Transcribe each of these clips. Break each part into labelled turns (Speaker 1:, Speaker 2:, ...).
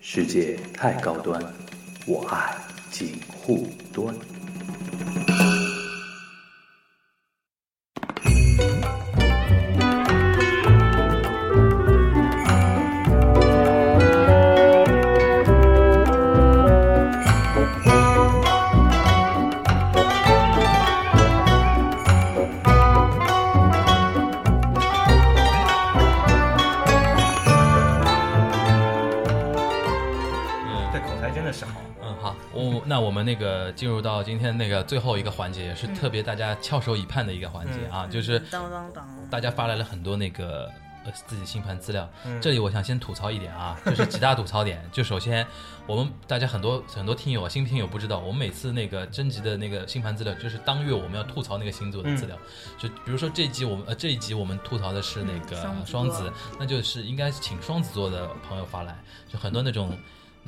Speaker 1: 世界太高端，我爱锦护端。
Speaker 2: 这口才真的是好。
Speaker 3: 嗯，好，我那我们那个进入到今天那个最后一个环节，也是特别大家翘首以盼的一个环节啊，就是
Speaker 4: 嗯当当当，
Speaker 3: 大家发来了很多那个呃自己星盘资料。这里我想先吐槽一点 啊，就是几大吐槽点。就首先，我们大家很多很多听友啊，新听友不知道，我们每次那个征集的那个星盘资料，就是当月我们要吐槽那个星座的资料。就比如说这一集我们呃这一集我们吐槽的是那个
Speaker 4: 双子
Speaker 3: 嗯双子
Speaker 4: 座，
Speaker 3: 那就是应该请双子座的朋友发来，就很多那种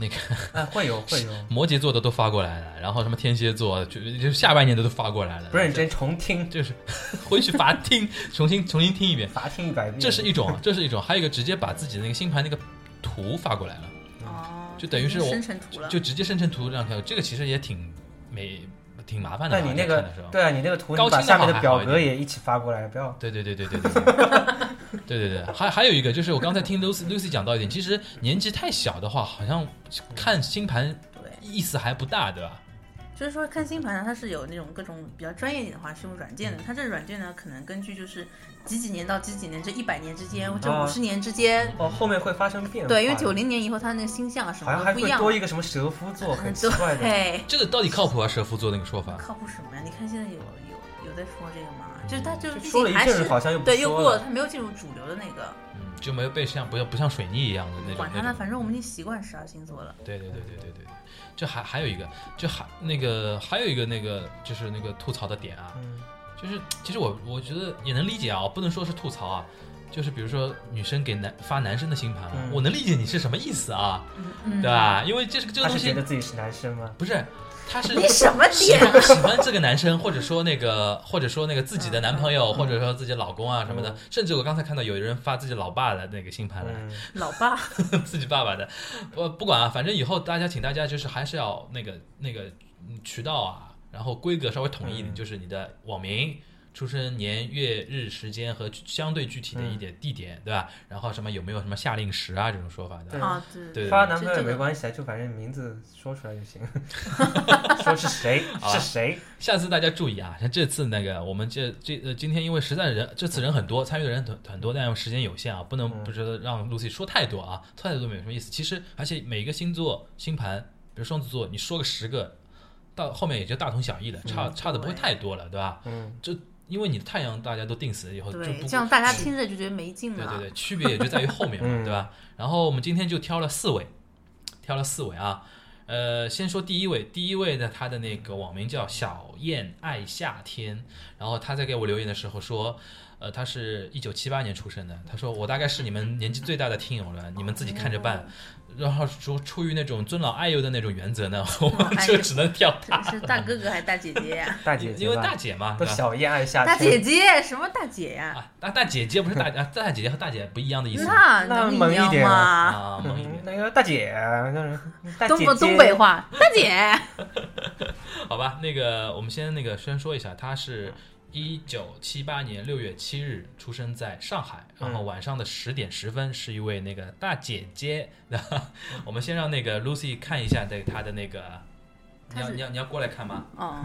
Speaker 3: 那个。
Speaker 2: 哎，会有会有，
Speaker 3: 摩羯座的都发过来了，然后什么天蝎座，就就下半年的都发过来了。
Speaker 2: 不认真重听，
Speaker 3: 就是 回去罚听，重新重新听一遍，
Speaker 2: 罚听一百遍。
Speaker 3: 这是一种啊，这是一种，还有一个直接把自己的那个星盘那个图发过来了，
Speaker 4: 哦，
Speaker 3: 就等于是我
Speaker 4: 生成图了，
Speaker 3: 就直接生成图这样看，这个其实也挺没挺麻烦的
Speaker 2: 那
Speaker 3: 啊。
Speaker 2: 你那
Speaker 3: 看
Speaker 2: 个
Speaker 3: 的时候，
Speaker 2: 对啊，你那个图，
Speaker 3: 高
Speaker 2: 你把
Speaker 3: 清的
Speaker 2: 下面的
Speaker 3: 话还
Speaker 2: 表
Speaker 3: 好一
Speaker 2: 格
Speaker 3: 点
Speaker 2: 也一起发过来，不要。
Speaker 3: 对对对对对对 对，对对对，还还有一个就是我刚才听 Lucy Lucy 讲到一点，其实年纪太小的话，好像看星盘
Speaker 4: 对，
Speaker 3: 意思还不大，对吧？
Speaker 4: 就是说看星盘呢，它是有那种各种比较专业一点的话是用软件的，它这软件呢可能根据就是几几年到几几年这一百年之间，这
Speaker 2: 哦
Speaker 4: 五十年之间，
Speaker 2: 哦，后面会发生变化。
Speaker 4: 对，因为九零年以后它那个星象啊什
Speaker 2: 好
Speaker 4: 么
Speaker 2: 像
Speaker 4: 都
Speaker 2: 还
Speaker 4: 不
Speaker 2: 会
Speaker 4: 一样
Speaker 2: 多
Speaker 4: 了，
Speaker 2: 一个什么蛇夫 座，很奇怪的。
Speaker 4: 对，
Speaker 3: 这个到底靠谱啊？蛇夫座那个说法，
Speaker 4: 靠谱什么呀？你看现在有有有在说这个吗？就是它就
Speaker 2: 就是
Speaker 4: 毕
Speaker 2: 说了
Speaker 4: 竟
Speaker 2: 一
Speaker 4: 还
Speaker 2: 阵
Speaker 4: 是
Speaker 2: 儿，好像又不
Speaker 4: 对又
Speaker 2: 说
Speaker 4: 过
Speaker 2: 了
Speaker 4: 了，它没有进入主流的那个，
Speaker 3: 嗯，就没有被像不像不像水泥一样的那种。
Speaker 4: 管它
Speaker 3: 那
Speaker 4: 呢，
Speaker 3: 种
Speaker 4: 反正我们已经习惯十二星座了。
Speaker 3: 对对对对对对对，就还还有一个，就还那个还有一个那个就是那个吐槽的点啊，
Speaker 2: 嗯
Speaker 3: 就是其实我我觉得也能理解啊，我不能说是吐槽啊，就是比如说女生给男发男生的星盘啊，
Speaker 2: 嗯
Speaker 3: 我能理解你是什么意思啊，
Speaker 4: 嗯
Speaker 3: 对吧？因为这是这个
Speaker 2: 他
Speaker 3: 东
Speaker 2: 是觉
Speaker 3: 西
Speaker 2: 得自己是男生吗？
Speaker 3: 不是，他是
Speaker 4: 你什么
Speaker 3: 喜
Speaker 4: 点？啊
Speaker 3: 欢喜欢这个男生，或者说那个，或者说那个自己的男朋友，或者说自己的老公啊什么的
Speaker 2: 嗯，
Speaker 3: 甚至我刚才看到有人发自己老爸的那个星盘来，
Speaker 2: 嗯，
Speaker 4: 老爸，
Speaker 3: 自己爸爸的，我不管啊，反正以后大家请大家就是还是要那个那个嗯渠道啊，然后规格稍微统一一点，
Speaker 2: 嗯
Speaker 3: 就是你的网名、出生年月日时间和具相对具体的一点地点，对吧？然后什么有没有什么夏令时啊这种说法的，
Speaker 2: 对
Speaker 4: 啊，对
Speaker 3: 对
Speaker 2: 嗯发男朋友也
Speaker 4: 这这个
Speaker 2: 没关系啊，就反正名字说出来就 行，说是谁
Speaker 3: 好
Speaker 2: 是
Speaker 3: 啊
Speaker 2: 谁，
Speaker 3: 下次大家注意啊，像这次那个我们这这呃今天因为实在人这次人很多，参与的人很很多，但时间有限啊，不能
Speaker 2: 嗯
Speaker 3: 不知道让 Lucy 说太多啊，太多没有什么意思。其实而且每个星座星盘，比如双子座，你说个十个，到后面也就大同小异了，
Speaker 4: 嗯
Speaker 3: 差差的不会太多了，对吧？
Speaker 2: 嗯，
Speaker 3: 这因为你的太阳大家都定死了以哦后，就
Speaker 4: 对，
Speaker 3: 不
Speaker 4: 这样大家听着就觉得没劲
Speaker 3: 对
Speaker 4: 了。
Speaker 3: 对对，区别也就在于后面嘛，
Speaker 2: 嗯
Speaker 3: 对吧？然后我们今天就挑了四位，挑了四位啊。呃，先说第一位，第一位呢，他的那个网名叫小燕爱夏天，然后他在给我留言的时候说，呃，他是一九七八年出生的，他说我大概是你们年纪最大的听友了，你们自己看着
Speaker 2: 哦
Speaker 3: 办。 然后说出于那种尊老爱幼的那种原则呢， 我们就只能挑他，
Speaker 4: 啊 是大哥哥还是大姐姐呀？
Speaker 2: 哦哎大姐姐吧，
Speaker 3: 因为大姐嘛，
Speaker 2: 都
Speaker 3: 对吧？
Speaker 2: 小燕爱夏
Speaker 4: 大姐
Speaker 2: 天，
Speaker 4: 姐什么大姐呀？
Speaker 3: 啊，大大姐姐不是大啊，大姐姐和大姐不一样的意思
Speaker 4: 那
Speaker 2: 那
Speaker 4: 能
Speaker 2: 猛一
Speaker 4: 样
Speaker 2: 点
Speaker 4: 吗？
Speaker 3: 啊，猛一点
Speaker 2: 嗯。那个大姐，就是大姐
Speaker 4: 东
Speaker 2: 姐
Speaker 4: 北东北话，大姐。
Speaker 3: 好吧，那个我们先那个先说一下，他是一九七八年六月七日出生在上海，然后晚上的十点十分是一位那个大姐姐。那 我们先让那个 Lucy 看一下那个她的那个，你
Speaker 4: 她
Speaker 3: 要
Speaker 4: 是
Speaker 3: 你要你要过来看吗？
Speaker 4: 哦，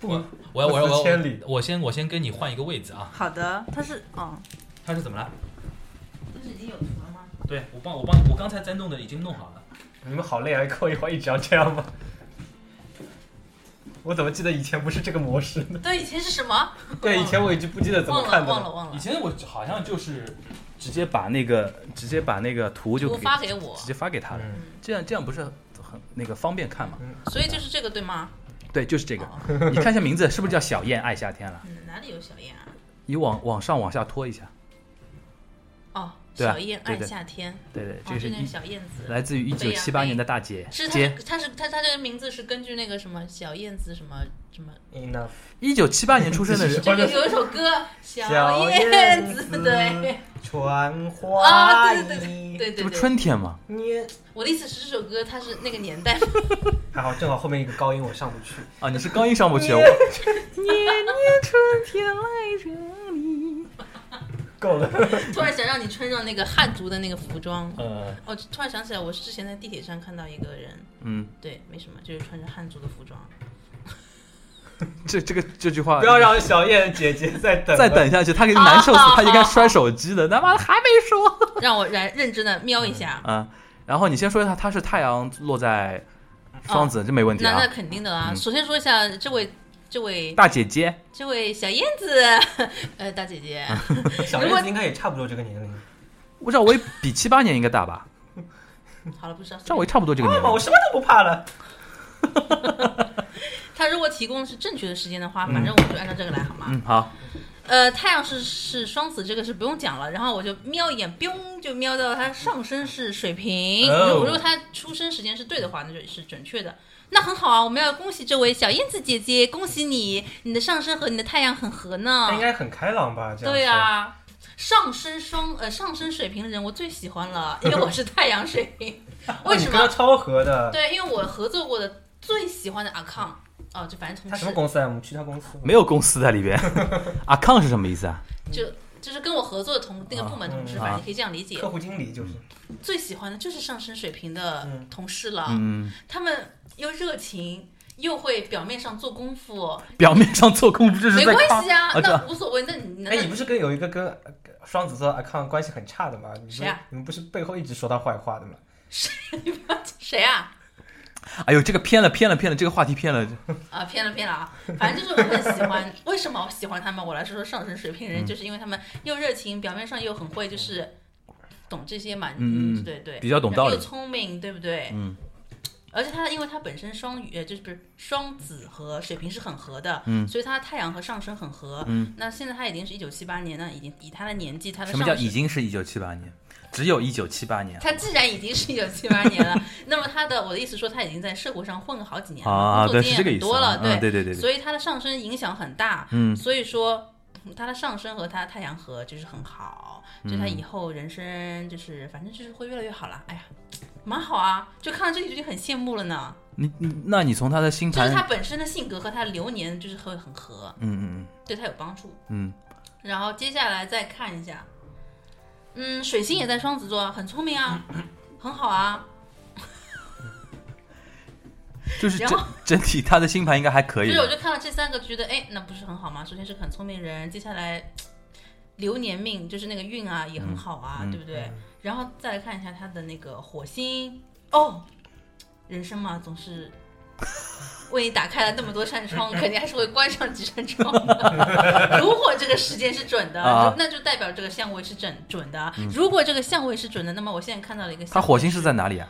Speaker 2: 不
Speaker 3: 我要我要
Speaker 2: 不
Speaker 3: 我
Speaker 2: 辞
Speaker 3: 要
Speaker 2: 千里
Speaker 3: 我先我先跟你换一个位置啊。
Speaker 4: 好的，她是哦，
Speaker 3: 他是怎么了？
Speaker 4: 不是已经有图了吗？
Speaker 3: 对我帮我帮我刚才在弄的已经弄好了。
Speaker 2: 你们好累啊，扣一会儿一直要这样吗？ 我怎么记得以前不是这个模式呢？
Speaker 4: 对，以前是什么？
Speaker 2: 对，以前我已经不记得怎么看的
Speaker 4: 忘了
Speaker 3: 以前我好像就是直接把那个直接把那个图就
Speaker 4: 我
Speaker 3: 给
Speaker 4: 发给我
Speaker 3: 直，接发给他了，
Speaker 2: 嗯
Speaker 3: 这样这样不是很那个方便看吗？
Speaker 4: 所以就是这个对吗？
Speaker 3: 对，就是这个
Speaker 4: 哦。
Speaker 3: 你看一下名字，是不是叫小燕爱夏天了？
Speaker 4: 嗯，哪里有小燕啊？
Speaker 3: 你往往上往下拖一下，
Speaker 4: 哦，
Speaker 5: 对
Speaker 3: 啊
Speaker 5: 吧
Speaker 4: 小燕
Speaker 5: 对
Speaker 4: 爱
Speaker 5: 对
Speaker 4: 夏天，
Speaker 5: 对对，
Speaker 4: 哦
Speaker 5: 这，是
Speaker 4: 那
Speaker 5: 一
Speaker 4: 个小燕子，
Speaker 5: 来自于一九七八年的大姐
Speaker 4: 是
Speaker 5: 姐。
Speaker 4: 它，它是它它这个名字是根据那个什么小燕子什么什么，
Speaker 2: Enough，
Speaker 5: 一九七八年出 生的人，
Speaker 4: 这个有一首歌小
Speaker 2: 燕
Speaker 4: 子，
Speaker 2: 子
Speaker 4: 对
Speaker 2: 传
Speaker 4: 啊，
Speaker 2: 花
Speaker 4: 对对
Speaker 2: 衣。
Speaker 4: 对对
Speaker 5: 这
Speaker 4: 对
Speaker 5: 不
Speaker 4: 对，
Speaker 5: 春天吗？
Speaker 2: 你
Speaker 4: 我的意思是这首歌它是那个年代，
Speaker 2: 还好，正好后面一个高音我上不去。
Speaker 5: 啊，你是刚一上不去，我
Speaker 2: 够 了，
Speaker 4: 突然想让你穿上那个汉族的那个服装。
Speaker 3: 呃，
Speaker 4: 哦，突然想起来，我是之前在地铁上看到一个人，
Speaker 5: 嗯，
Speaker 4: 对，没什么，就是穿着汉族的服装。
Speaker 5: 这这个这句话
Speaker 2: 不要让小燕姐姐再等了
Speaker 5: 再等下去，他肯定难受死，他应该摔手机的，他妈的还没说
Speaker 4: 让我来认真的瞄一下。
Speaker 5: 啊。然后你先说一下，他是太阳落在嗯双子，这没问题
Speaker 4: 哦那
Speaker 5: 啊
Speaker 4: 那。肯定的啦。
Speaker 5: 嗯
Speaker 4: 首先说一下这位。这位
Speaker 5: 大姐姐，
Speaker 4: 这位小燕子， 呃，大 姐姐，
Speaker 2: 小燕子应该也差不多这个年龄。
Speaker 5: 我赵薇比七八年应该大 吧？
Speaker 4: 好了，不知道。
Speaker 5: 赵薇差不多这个年
Speaker 2: 妈妈，哦我
Speaker 5: 龄。
Speaker 2: 什么都不怕了。
Speaker 4: 他如果提供的是正确的时间的
Speaker 2: 嗯
Speaker 4: 话，反正我就按照这个来好吗？
Speaker 5: 嗯，好，
Speaker 4: 呃，太阳是是双子，这个是不用讲了。然后我就瞄一眼，biu 就瞄到他上身是水瓶。
Speaker 2: 哦
Speaker 4: 如果如果他出生时间是对的话，那就是准确的。那很好啊，我们要恭喜这位小燕子姐姐，恭喜你，你的上身和你的太阳很合呢
Speaker 2: 她。应该很开朗吧？这样
Speaker 4: 啊对啊，上升双呃上升水瓶的人我最喜欢了，因为我是太阳水 瓶。
Speaker 2: 说，
Speaker 4: 为
Speaker 2: 哦你
Speaker 4: 什
Speaker 2: 跟她
Speaker 4: 么？
Speaker 2: 超合的。
Speaker 4: 对，因为我合作过的最喜欢的阿康哦，就反正同
Speaker 2: 她
Speaker 4: 事
Speaker 2: 什么公司啊？我们去她公司。
Speaker 5: 没有公司在里边。 阿康是什么意思啊？
Speaker 4: 就就是跟我合作的同那个部门同事，
Speaker 2: 啊嗯
Speaker 4: 反正可以这样理解
Speaker 2: 客。户经理就是，
Speaker 4: 最喜欢的就是上升水平的
Speaker 2: 嗯
Speaker 4: 同事了，
Speaker 5: 嗯，
Speaker 4: 他们又热情，又会表面上做功夫，
Speaker 5: 表面上做功夫，这是
Speaker 4: 没
Speaker 5: 在
Speaker 4: 关
Speaker 5: 康
Speaker 4: 系啊，
Speaker 5: 啊这
Speaker 4: 那无所谓。那你那
Speaker 2: 哎，你不是跟有一个跟呃双子座阿康关系很差的吗？你不是
Speaker 4: 谁啊
Speaker 2: 你们不是背后一直说他坏话的吗？
Speaker 4: 谁啊？
Speaker 5: 哎呦，这个偏了，偏了，偏了，这个话题偏 了。
Speaker 4: 啊，偏了偏了啊！反正就是我很喜欢，为什么我喜欢他们？我来说说上升水平
Speaker 5: 嗯
Speaker 4: 人，就是因为他们又热情，表面上又很会，就是懂这些嘛，
Speaker 5: 嗯嗯嗯
Speaker 4: 对对，
Speaker 5: 比较懂道理
Speaker 4: 又聪明，对不对？
Speaker 5: 嗯。
Speaker 4: 而且他因为他本身双鱼，呃就是不是双子和水瓶是很合的，
Speaker 5: 嗯
Speaker 4: 所以他太阳和上升很合，
Speaker 5: 嗯。
Speaker 4: 那现在他已经是一九七八年，那已经以他的年纪，他的
Speaker 5: 什
Speaker 4: 上
Speaker 5: 么
Speaker 4: 升
Speaker 5: 叫已经是一九七八年？只有一九七八年
Speaker 4: 他既然已经是一九七八年了， 那么他的我的意思说，他已经在社会上混了好几年了，
Speaker 5: 啊，
Speaker 4: 工作
Speaker 5: 对，
Speaker 4: 经
Speaker 5: 是
Speaker 4: 验
Speaker 5: 这个
Speaker 4: 很
Speaker 5: 意思
Speaker 4: 多了，
Speaker 5: 啊。嗯对对对对，
Speaker 4: 所以它的上升影响很大。
Speaker 5: 嗯
Speaker 4: 所以说嗯它的上升和它的太阳合就是很好，就它以后人生就是反正就是会越来越好啦。哎呀，蛮好啊，就看到这里就已经很羡慕了呢。
Speaker 5: 你你那你从他的星
Speaker 4: 就是
Speaker 5: 盘，
Speaker 4: 它本身的性格和它的流年就是会很合，
Speaker 5: 嗯嗯
Speaker 4: 对它有帮助。
Speaker 5: 嗯
Speaker 4: 然后接下来再看一下，嗯，水星也在双子座，很聪明啊，很好啊。
Speaker 5: 嗯，就是
Speaker 4: 然
Speaker 5: 整整体他的星盘应该还可以
Speaker 4: 所以我
Speaker 5: 的。
Speaker 4: 就看了这三个，觉得哎，那不是很好吗？首先是个很聪明人，接下来流年命就是那个运啊也很好啊，
Speaker 5: 嗯
Speaker 4: 对不对？然后再来看一下他的那个火星哦，人生嘛总是为你打开了那么多扇 窗，肯定还是会关上几扇窗的。如果这个时间是准的，
Speaker 5: 啊嗯
Speaker 4: 那就代表这个相位是准准的。啊如果这个相位是准的，那么我现在看到了一个相
Speaker 5: 他
Speaker 4: 位
Speaker 5: 火星是在哪里啊？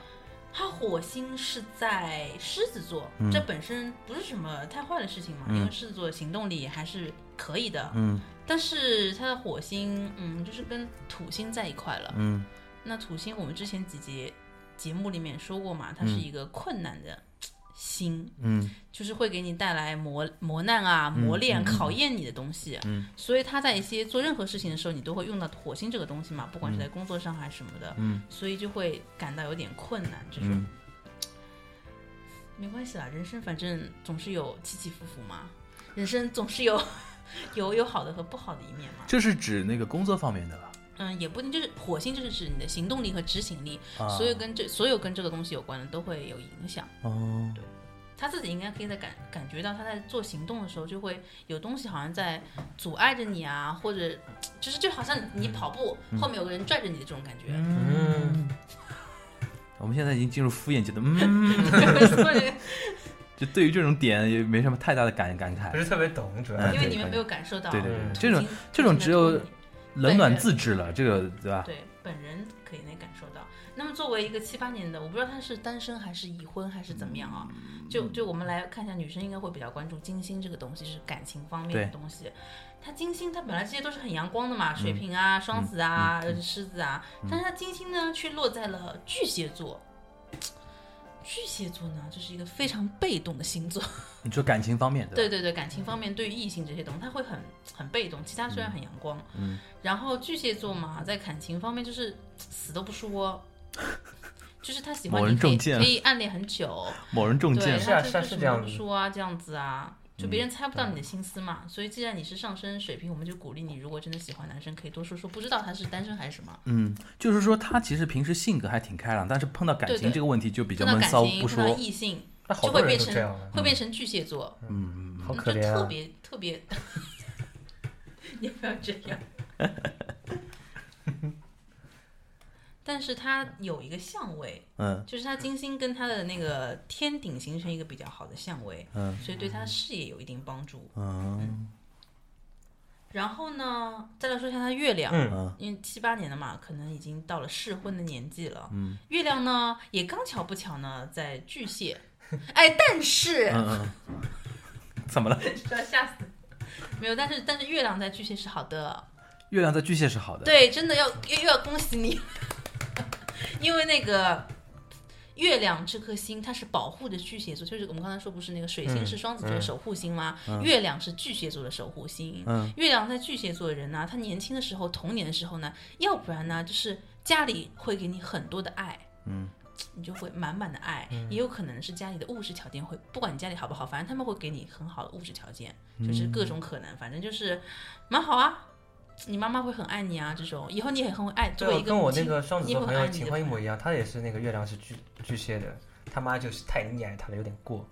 Speaker 4: 他火星是在狮子座，
Speaker 5: 嗯
Speaker 4: 这本身不是什么太坏的事情嘛，
Speaker 5: 嗯
Speaker 4: 因为狮子座的行动力还是可以的。
Speaker 5: 嗯
Speaker 4: 但是他的火星，嗯，就是跟土星在一块了。
Speaker 5: 嗯
Speaker 4: 那土星我们之前几节节目里面说过嘛，它是一个困难的嘖星，
Speaker 5: 嗯
Speaker 4: 就是会给你带来磨磨难啊、磨练、考验你的东西。
Speaker 5: 嗯
Speaker 4: 所以他在一些做任何事情的时候，你都会用到火星这个东西嘛，不管是在工作上还是什么的，
Speaker 5: 嗯
Speaker 4: 所以就会感到有点困难这种。
Speaker 5: 嗯，
Speaker 4: 没关系啦，人生反正总是有起起伏伏嘛，人生总是有 有有好的和不好的一面嘛。
Speaker 5: 这是指那个工作方面的吧？
Speaker 4: 嗯，也不一定，就是火星就是指你的行动力和执行力，
Speaker 5: 啊，
Speaker 4: 所有跟这所有跟这个东西有关的都会有影响。
Speaker 5: 哦，
Speaker 4: 他自己应该可以在感感觉到他在做行动的时候，就会有东西好像在阻碍着你啊，或者就是就好像你跑步、
Speaker 5: 嗯
Speaker 4: 后面有个人拽着你的这种感觉。
Speaker 2: 嗯，
Speaker 5: 我们现在已经进入敷衍阶段，嗯，
Speaker 4: 所以
Speaker 5: 就对于这种点也没什么太大的感感慨
Speaker 2: 不。是特别懂，主要
Speaker 5: 嗯
Speaker 4: 因为
Speaker 5: 对
Speaker 4: 你们
Speaker 5: 对
Speaker 4: 没有感受到
Speaker 5: 对对
Speaker 2: 嗯
Speaker 5: 对，
Speaker 4: 土
Speaker 5: 这种
Speaker 4: 星
Speaker 5: 这种
Speaker 4: 土星
Speaker 5: 只
Speaker 4: 的
Speaker 5: 有
Speaker 4: 冲击
Speaker 5: 冷暖自知了，这个对吧？
Speaker 4: 对，本人可以能感受到。那么作为一个七八年的，我不知道她是单身还是已婚还是怎么样啊？就就我们来看一下，女生应该会比较关注金星这个东西，是感情方面的
Speaker 5: 对
Speaker 4: 东西。她金星，她本来这些都是很阳光的嘛，水瓶啊、双子啊、狮子啊，但是她金星呢，却落在了巨蟹座。巨蟹座呢，就是一个非常被动的星座。
Speaker 5: 你说感情方面对
Speaker 4: 对
Speaker 5: 吧？
Speaker 4: 对对，感情方面对于异性这些东西，他会很很被动。其他虽然很阳光，嗯，然后巨蟹座嘛，在感情方面就是死都不说，就是他喜欢
Speaker 5: 某
Speaker 4: 你
Speaker 5: 人
Speaker 4: 可以
Speaker 5: 中箭
Speaker 4: 可以暗恋很久，
Speaker 5: 某人中
Speaker 4: 对，
Speaker 5: 箭，嗯
Speaker 2: 是啊
Speaker 4: 他就是
Speaker 2: 啊是
Speaker 4: 什
Speaker 2: 这
Speaker 4: 么
Speaker 2: 样
Speaker 4: 都不
Speaker 2: 子
Speaker 4: 说啊，这样子啊。就别人猜不到你的心思嘛，所以既然你是上升水平，我们就鼓励你，如果真的喜欢男生，可以多说说，不知道他是单身还是什么。
Speaker 5: 嗯，就是说他其实平时性格还挺开朗，但是碰到感
Speaker 4: 对
Speaker 5: 情
Speaker 4: 对
Speaker 5: 这个问题就比较
Speaker 4: 碰到
Speaker 5: 闷
Speaker 4: 感
Speaker 5: 骚，
Speaker 4: 情，
Speaker 5: 不
Speaker 4: 碰到
Speaker 5: 说。
Speaker 4: 异性，
Speaker 2: 那好
Speaker 4: 就
Speaker 2: 多
Speaker 4: 会
Speaker 2: 人
Speaker 4: 变
Speaker 2: 都
Speaker 4: 成
Speaker 2: 这样啊，
Speaker 4: 会变成巨蟹座，
Speaker 5: 嗯，
Speaker 2: 好
Speaker 4: 就
Speaker 2: 可怜
Speaker 4: 特
Speaker 2: 啊！
Speaker 4: 别特别， 你也不要这样。但是它有一个相位，
Speaker 5: 嗯
Speaker 4: 就是它金星跟它的那个天顶形成一个比较好的相位，
Speaker 5: 嗯，
Speaker 4: 所以对它事业有一定帮助。
Speaker 5: 嗯
Speaker 4: 然后呢，再来说一下它月亮，
Speaker 2: 嗯
Speaker 5: 嗯
Speaker 4: 因为七八年了嘛，可能已经到了适婚的年纪了。嗯，月亮呢也刚巧不巧呢在巨蟹，哎，但是、
Speaker 5: 嗯 嗯，怎么了？
Speaker 4: 要吓死。没有，但是但是月亮在巨蟹是好的，
Speaker 5: 月亮在巨蟹是好的，，
Speaker 4: 对，真的要又要恭喜你， 因为那个月亮这颗星它是保护着巨蟹座，就是我们刚才说不是那个水星
Speaker 2: 嗯
Speaker 4: 是双子座的
Speaker 2: 嗯
Speaker 4: 守护星吗？月亮是巨蟹座的守护星。
Speaker 5: 嗯
Speaker 4: 月亮在巨蟹座的人呢、他年轻的时候童年的时候呢，要不然呢就是家里会给你很多的爱，
Speaker 5: 嗯，
Speaker 4: 你就会满满的爱，
Speaker 2: 嗯
Speaker 4: 也有可能是家里的物质条件会，不管你家里好不好，反正他们会给你很好的物质条件，就是各种可能，反正就是蛮好啊。你妈妈会很爱你啊，这种以后你也很会爱。作
Speaker 2: 对
Speaker 4: 为
Speaker 2: 啊，
Speaker 4: 一个
Speaker 2: 跟我
Speaker 4: 母
Speaker 2: 那
Speaker 4: 亲，
Speaker 2: 个双子
Speaker 4: 你也
Speaker 2: 座
Speaker 4: 会
Speaker 2: 朋
Speaker 4: 很
Speaker 2: 友
Speaker 4: 爱你
Speaker 2: 情
Speaker 4: 的
Speaker 2: 况一
Speaker 4: 朋
Speaker 2: 模
Speaker 4: 友。
Speaker 2: 一样，他也是那个月亮是巨巨蟹的，他妈就是太溺爱他了，有点过。